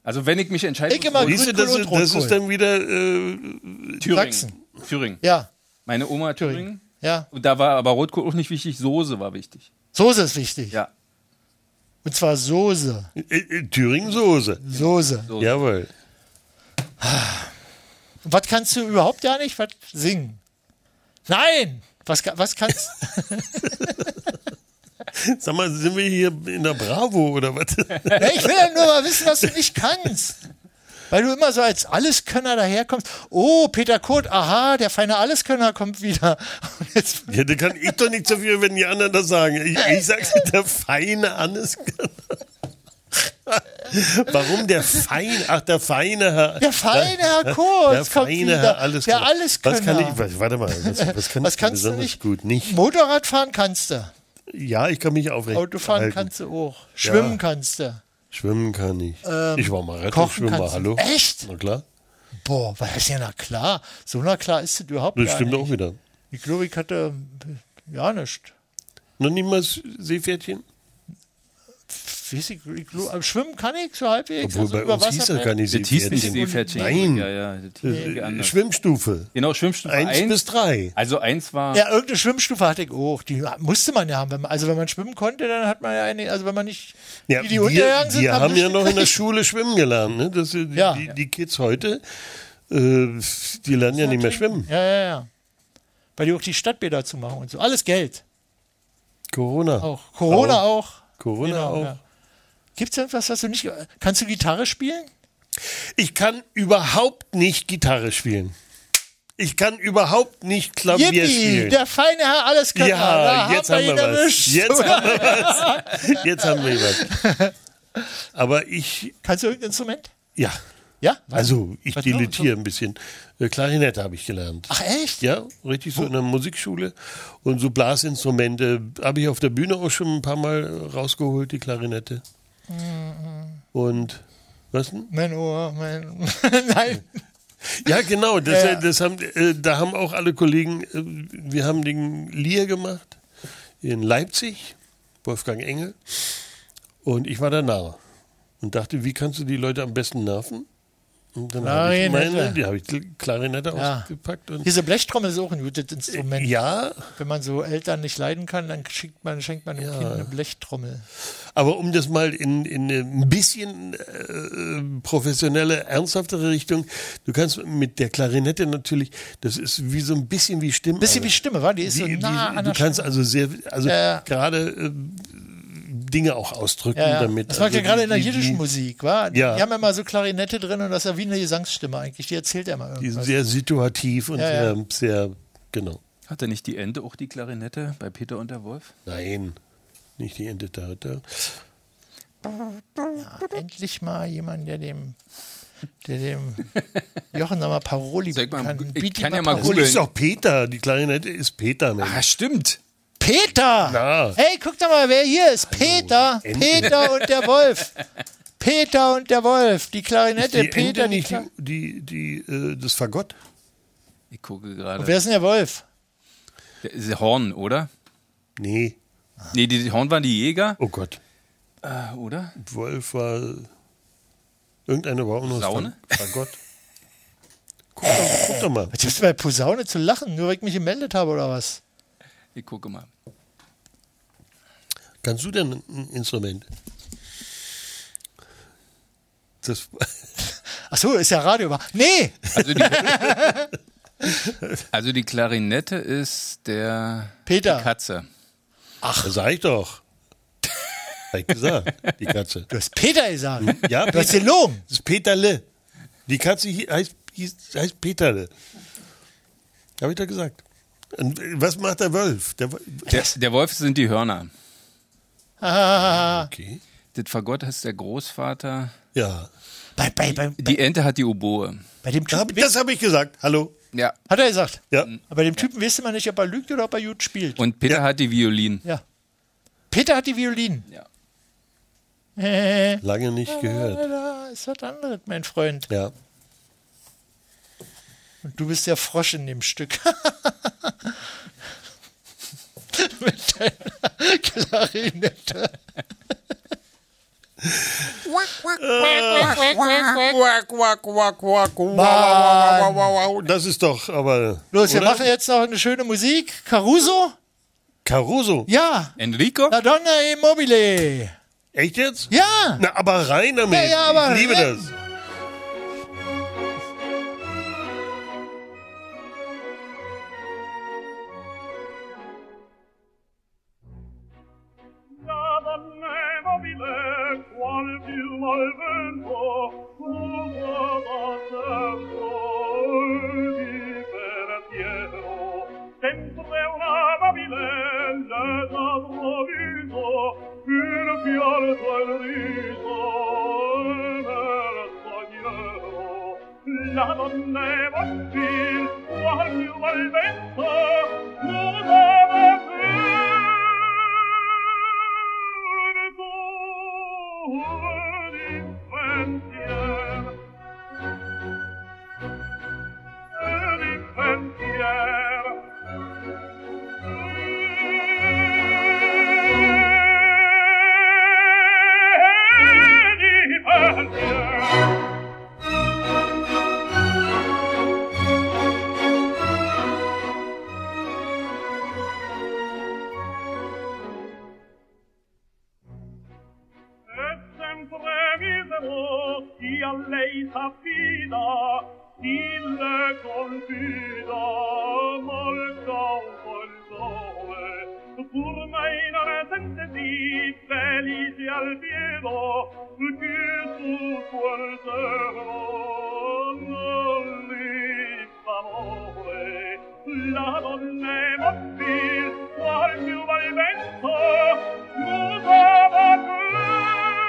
Also wenn ich mich entscheide, Ich immer Siehst du, Grünkohl das, und Rotkohl. ist- das ist dann wieder, äh, Thüringen. Sachsen. Thüringen. Ja, Meine Oma hat Thüringen. ja. Und da war aber Rotkohl auch nicht wichtig, Soße war wichtig. Soße ist wichtig. Ja. Und zwar Soße. äh, äh, Thüringen-Soße. Soße. Soße. Jawohl. Was kannst du überhaupt gar nicht? Was singen? Nein! Was, ka- was kannst Sag mal, sind wir hier in der Bravo oder was? Ja, ich will ja nur mal wissen, was du nicht kannst. Weil du immer so als Alleskönner daherkommst. Oh, Peter Kurt, aha, der feine Alleskönner kommt wieder. Und jetzt, ja, da kann ich doch nicht so viel, wenn die anderen das sagen. Ich, ich sag's, der feine Hannes. Warum der feine? Ach, der feine Herr. Der feine Herr Kurz Der oh, kommt wieder. feine Herr alles. Der Alleskönner. Was kann ich, was- warte mal, was, was kann was ich denn kannst du besonders nicht? gut? Nicht. Motorrad fahren kannst du. Ja, ich kann mich aufrecht Autofahren halten. kannst du auch. Schwimmen kannst du. Schwimmen kann ich. Ähm, ich war mal kochen Rettungsschwimmer, kannst du. hallo? Echt? Na klar. Boah, was ist ja na klar. So na klar ist das überhaupt Das gar stimmt nicht. auch wieder. Ich glaube, ich hatte ja nichts. Noch niemals Seepferdchen? Weiß ich, ich glaub, aber schwimmen kann ich so halbwegs. Obwohl, also bei über uns hieß Wasser das gar nicht Das hieß nicht Seepferdchen. Seepferdchen. Nein. Ja, ja, das hieß irgendwie Äh, anders. Schwimmstufe. Genau, Schwimmstufe Eins 1. bis drei. Also eins war, Ja, irgendeine Schwimmstufe hatte ich auch. Die musste man ja haben. Wenn man, also wenn man schwimmen konnte, dann hat man ja eine, also wenn man nicht Ja, wie die die untergegangen sind, wir haben haben nicht ja noch in der gekriegt. Schule schwimmen gelernt. Ne? Das, die, Ja. die, die Kids heute, äh, die lernen ja nicht mehr schwimmen. Ja, ja, ja. Weil die auch die Stadtbäder zu machen und so. Alles Geld. Corona. Auch. Corona auch. Corona Genau, auch. ja. Gibt es irgendwas, was du nicht. ge- Kannst du Gitarre spielen? Ich kann überhaupt nicht Gitarre spielen. Ich kann überhaupt nicht Klavier Yippie, spielen. der feine Herr alles kann. ja, jetzt haben wir ihn was. erwischt. Jetzt haben wir was. Jetzt haben wir was. Aber ich, Kannst du irgendein Instrument? ja, Ja? also ich Was noch? deletiere ein bisschen. Äh, Klarinette habe ich gelernt. Ach, echt? Ja, richtig so in der Musikschule. Und so Blasinstrumente habe ich auf der Bühne auch schon ein paar Mal rausgeholt, die Klarinette. Mhm, Und was denn? Mein Ohr, mein. Nein. Ja, genau. Das, Ja, ja. äh, das haben, äh, da haben auch alle Kollegen, äh, wir haben den Lier gemacht in Leipzig, Wolfgang Engel. Und ich war der Narr und dachte, wie kannst du die Leute am besten nerven? Und dann habe ich meine, Klarinette. die habe ich Klarinette ausgepackt. Und, Diese Blechtrommel ist auch ein gutes Instrument. ja, Wenn man so Eltern nicht leiden kann, dann schickt man, schenkt man dem Kind eine Blechtrommel. Aber um das mal in, in eine ein bisschen äh, professionelle, ernsthaftere Richtung, du kannst mit der Klarinette natürlich, das ist wie so ein bisschen wie Stimme. Bisschen wie Stimme, war? Die ist so nah an Du der kannst Stimme. also sehr, also Ja, ja. gerade äh, Dinge auch ausdrücken ja, ja. damit. Das mag also ja gerade die- in der die- jiddischen Musik, war? Ja. Die haben ja mal so Klarinette drin und das ist ja wie eine Gesangsstimme eigentlich. Die erzählt ja mal Die sind irgendwas. sehr situativ und Ja, ja. sehr, sehr, genau. hatte nicht die Ente auch die Klarinette bei Peter und der Wolf? Nein, nicht die Ente da. da. Endlich mal jemand, der dem, der dem Jochen sag mal Paroli Sag mal, kann. ich Biet ihm kann ja mal Paroli. Oh, das ist Googeln. auch Peter, die Klarinette ist Peter. Mensch. Ah, stimmt. Peter! Na. Hey, guck doch mal, wer hier ist. Peter, endlich. Peter und der Wolf. Peter und der Wolf, die Klarinette, die Peter, die Ente nicht, Kla- die, die, äh, das Fagott. Ich gucke Und gerade. wer ist denn der Wolf? Der- ist Horn, oder? Nee, Ah. Nee, die die Horn waren die Jäger, oh Gott. äh, oder? Wolf war. Irgendeine war auch noch. Saune? War Gott. Guck doch, guck doch mal. Was gibt's bei Posaune zu lachen, nur weil ich mich gemeldet habe oder was? Ich gucke mal. Kannst du denn ein Instrument? Das Ach so, ist ja Radio. wa? Nee! Also die, also die Klarinette ist der Peter. Die Katze. Ach. Sag ich doch. Hab ich gesagt, die Katze. Du hast Peter gesagt. Ja, du hast Peter. gelogen. Das ist Peterle. Die Katze hie- heißt, hieß, heißt Peterle. Habe ich doch gesagt. Und was macht der Wolf? Der, Wo- Der, der Wolf sind die Hörner. Ah, okay. Das Fagott ist der Großvater. Ja. Bei, bei, bei, Die Ente hat die Oboe. bei dem Da Typen, hab, das habe ich gesagt. Hallo. Ja. hat er gesagt. Ja. Aber dem Typen wisst man nicht, ob er lügt oder ob er gut spielt. Und Peter hat die Violin. Ja. Peter hat die Violinen. Ja. Äh, Lange nicht gehört. da ist was anderes, mein Freund. Ja. Und du bist der Frosch in dem Stück. Mit deiner Klarinette. Wow, wow, wow. Das ist doch aber. Los, wir oder? machen jetzt noch eine schöne Musik. Caruso? Caruso. Ja. Enrico? La Donna e Mobile. Echt jetzt? Ja. Na, aber rein damit. Ja, ja, aber- ich liebe Ja. das. La donna è mobile, qual piuma al vento, uno da tempo di pensiero. Sempre una mobile, le da troviso, il fiordo e il riso, e nel sognero. La donna è mobile, qual piuma al vento, uno da e sempre misero chi a lei s'affida chi le confida ma il campo e il sole pur mai non è sentiti felice al piedo che su quel terreno non li favore la donna è mobile qual più va il vento muta va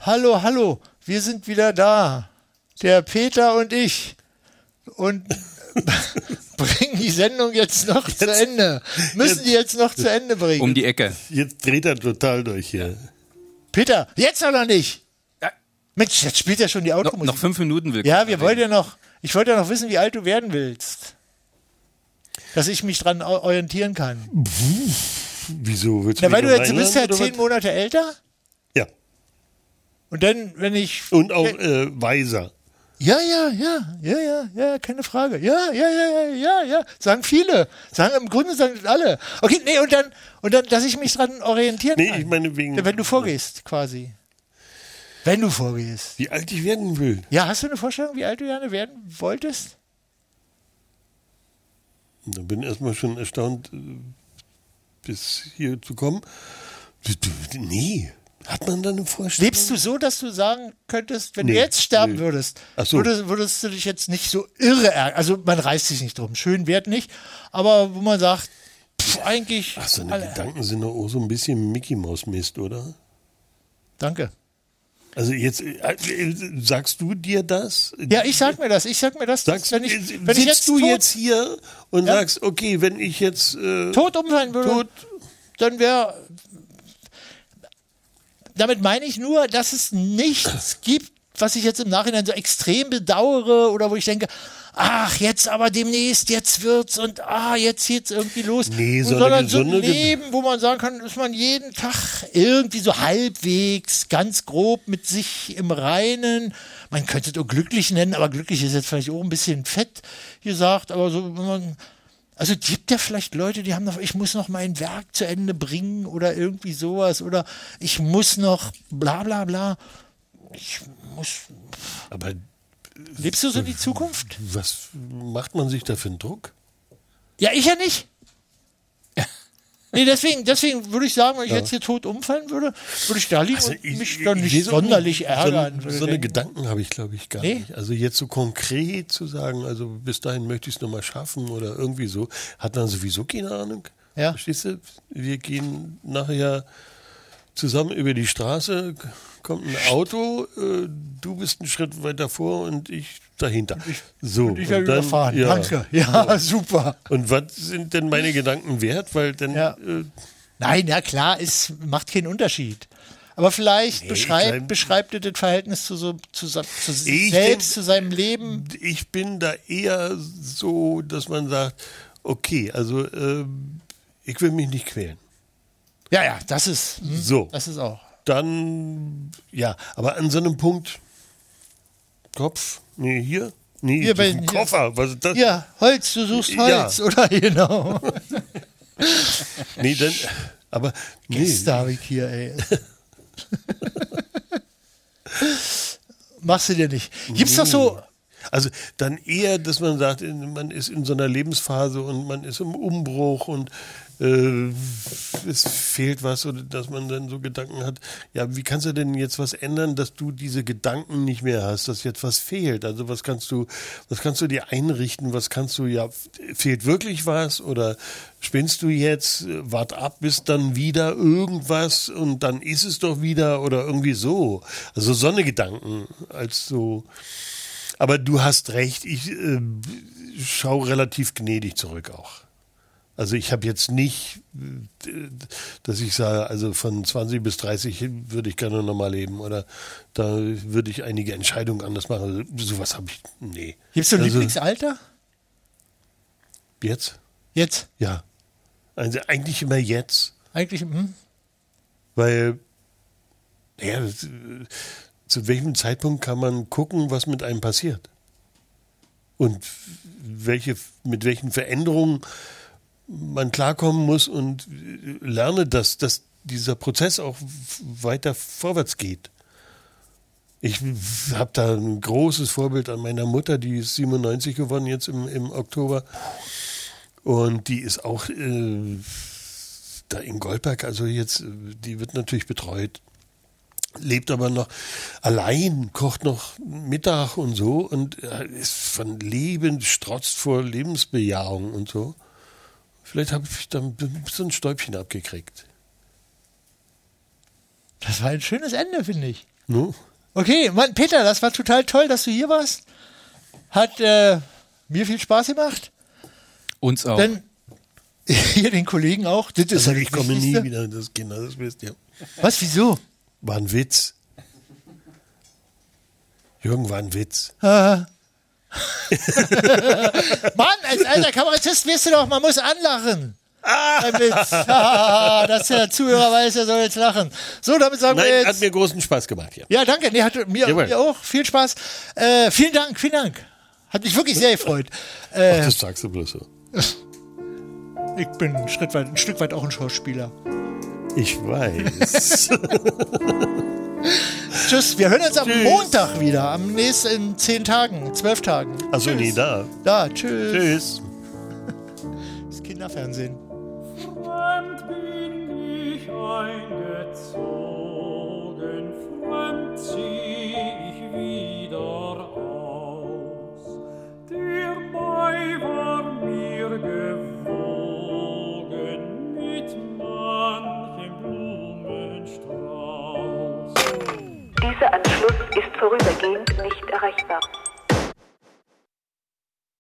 Hallo, hallo, wir sind wieder da. Der Peter und ich. Und bringen die Sendung jetzt noch zu Ende. Müssen die jetzt noch zu Ende bringen. Um die Ecke. Jetzt dreht er total durch hier. Peter, jetzt oder nicht? Ja. Mensch, jetzt spielt ja schon die No, Automusik. noch fünf Minuten will ja, wir wollen ja noch, ich wollte ja noch wissen, wie alt du werden willst. Dass ich mich dran o- orientieren kann. Wieso willst du Na, weil du mich jetzt du noch bist ja einladen, zehn oder Monate älter. was? Und dann, wenn ich. Ja. Und auch äh, weiser. Ja, ja, ja, ja, ja, ja, keine Frage. Ja, ja, ja, ja, ja, ja. Sagen viele. Sagen im Grunde sagen das alle. Okay, nee, und dann, und dann, dass ich mich dran orientieren Nee, kann. ich meine wegen. wenn du vorgehst, quasi. Wenn du vorgehst. Wie alt ich werden will. Ja, hast du eine Vorstellung, wie alt du gerne werden wolltest? Da bin erstmal schon erstaunt, äh, bis hier zu kommen. Du- du- Nee, hat man da eine Vorstellung? Lebst du so, dass du sagen könntest, wenn du Nee, jetzt sterben nee. würdest, Ach so. würdest, würdest du dich jetzt nicht so irre ärgern? Also man reißt sich nicht drum. Schön wert nicht, aber wo man sagt, pff, eigentlich. Ach, seine alle- Gedanken sind doch auch so ein bisschen Mickey Maus Mist, oder? Danke. Also jetzt äh, äh, sagst du dir das? Ja, ich sag mir das. Ich sag mir das. Sagst, wenn ich, äh, wenn sitzt ich jetzt, du tot, jetzt hier und Ja. sagst, okay, wenn ich jetzt äh, tot umfallen würde, tot dann wäre. Damit meine ich nur, dass es nichts gibt, was ich jetzt im Nachhinein so extrem bedauere oder wo ich denke, ach, jetzt aber demnächst, jetzt wird's und ah, jetzt geht's irgendwie los. Nee, so und sondern eine so ein gesunde Ge- Leben, wo man sagen kann, ist man jeden Tag irgendwie so halbwegs, ganz grob mit sich im Reinen. Man könnte es auch glücklich nennen, aber glücklich ist jetzt vielleicht auch ein bisschen fett gesagt, aber so, wenn man, also es gibt ja vielleicht Leute, die haben noch, ich muss noch mein Werk zu Ende bringen oder irgendwie sowas oder ich muss noch bla bla bla. Ich muss. Aber lebst du so die Zukunft? Was macht man sich da für einen Druck? Ja, ich ja nicht. Nee, deswegen, deswegen würde ich sagen, wenn ich Ja. Also jetzt hier tot umfallen würde, würde ich da liegen und mich dann Ich nicht weiß auch nicht, sonderlich ärgern. So, würde so eine denken. Gedanken habe ich, glaube ich, gar Nee? nicht. Also jetzt so konkret zu sagen, also bis dahin möchte ich es nochmal schaffen oder irgendwie so, hat man sowieso keine Ahnung. Ja. Verstehst du? Wir gehen nachher zusammen über die Straße, k- kommt ein Auto, äh, du bist einen Schritt weiter vor und ich dahinter. so, und ich werde überfahren. Danke. Ja, super. Und was sind denn meine Gedanken wert? Weil dann äh, Nein, ja klar, es macht keinen Unterschied. Aber vielleicht beschreibt, klein- beschreibt ihr das Verhältnis zu, so, zu, sa- zu sich Ich selbst, denk- zu seinem Leben. ich bin da eher so, dass man sagt, okay, also ähm, ich will mich nicht quälen. Ja, ja, das ist hm, So. Das ist auch. Dann, ja, aber an so einem Punkt, Kopf, nee, hier, nee, Hier hier bei- bei, hier- Koffer, was ist das? Ja, Holz, du suchst Ja. Holz, oder? Genau. Nee, dann, aber, nee. Gäste habe ich hier, ey. Machst du dir nicht. Gibt's doch so, Also dann eher, dass man sagt, in- man ist in so einer Lebensphase und man ist im Umbruch und äh, es fehlt was oder dass man dann so Gedanken hat, ja, wie kannst du denn jetzt was ändern, dass du diese Gedanken nicht mehr hast, dass jetzt was fehlt? Also was kannst du, was kannst du dir einrichten, was kannst du, ja, fehlt wirklich was oder spinnst du jetzt, wart ab, bis dann wieder irgendwas und dann ist es doch wieder oder irgendwie so. Also so eine Gedanken als so. Aber du hast recht, ich äh, schaue relativ gnädig zurück auch. Also ich habe jetzt nicht, äh, dass ich sage, also von 20 bis 30 hin würde ich gerne nochmal leben oder da würde ich einige Entscheidungen anders machen. Also sowas habe ich, nee. gibt's so ein Also Lieblingsalter? Jetzt? Jetzt? Ja. Also eigentlich immer jetzt. Eigentlich, hm? Weil, naja, das, äh, zu welchem Zeitpunkt kann man gucken, was mit einem passiert? Und welche, mit welchen Veränderungen man klarkommen muss und äh, lerne, dass, dass dieser Prozess auch f- weiter vorwärts geht. Ich habe da ein großes Vorbild an meiner Mutter, die ist 97 geworden jetzt im, im Oktober. Und die ist auch äh, da in Goldberg, also jetzt, äh, die wird natürlich betreut, lebt aber noch allein, kocht noch Mittag und so und äh, ist von Leben, strotzt vor Lebensbejahung und so. Vielleicht habe ich dann so ein Stäubchen abgekriegt. Das war ein schönes Ende, finde ich. No? Okay, Mann, Peter, das war total toll, dass du hier warst. Hat äh, mir viel Spaß gemacht. Uns auch. Denn hier den Kollegen auch. Das ist Also das ich komme nie Wichtigste. wieder, das Kinder, das wisst ihr. Was, wieso? War ein Witz. Jürgen war ein Witz. Äh. Mann, als alter Kabarettist wirst du doch, man muss anlachen. Äh, Ein Witz. Ah, Dass der Zuhörer weiß, er soll jetzt lachen. So, damit sagen wir Nein, jetzt. hat mir großen Spaß gemacht hier. Ja, danke. Nee, hatte mir, Jawohl. mir auch viel Spaß. Äh, vielen Dank, vielen Dank. Hat mich wirklich sehr gefreut. Äh, Das sagst du bloß so. ich bin ein, Schritt weit, ein Stück weit auch ein Schauspieler. Ich weiß. Tschüss, wir hören uns am Tschüss. Montag wieder. Am nächsten in zehn Tagen, zwölf Tagen. Also Tschüss. nee, da. Da, tschüss. Tschüss. Das Kinderfernsehen. Fremd bin ich eingezogen, fremd zieh ich wieder aus. Der Mai war mir gewogen mit manchem Blumenstrauß. Dieser Anschluss ist vorübergehend nicht erreichbar.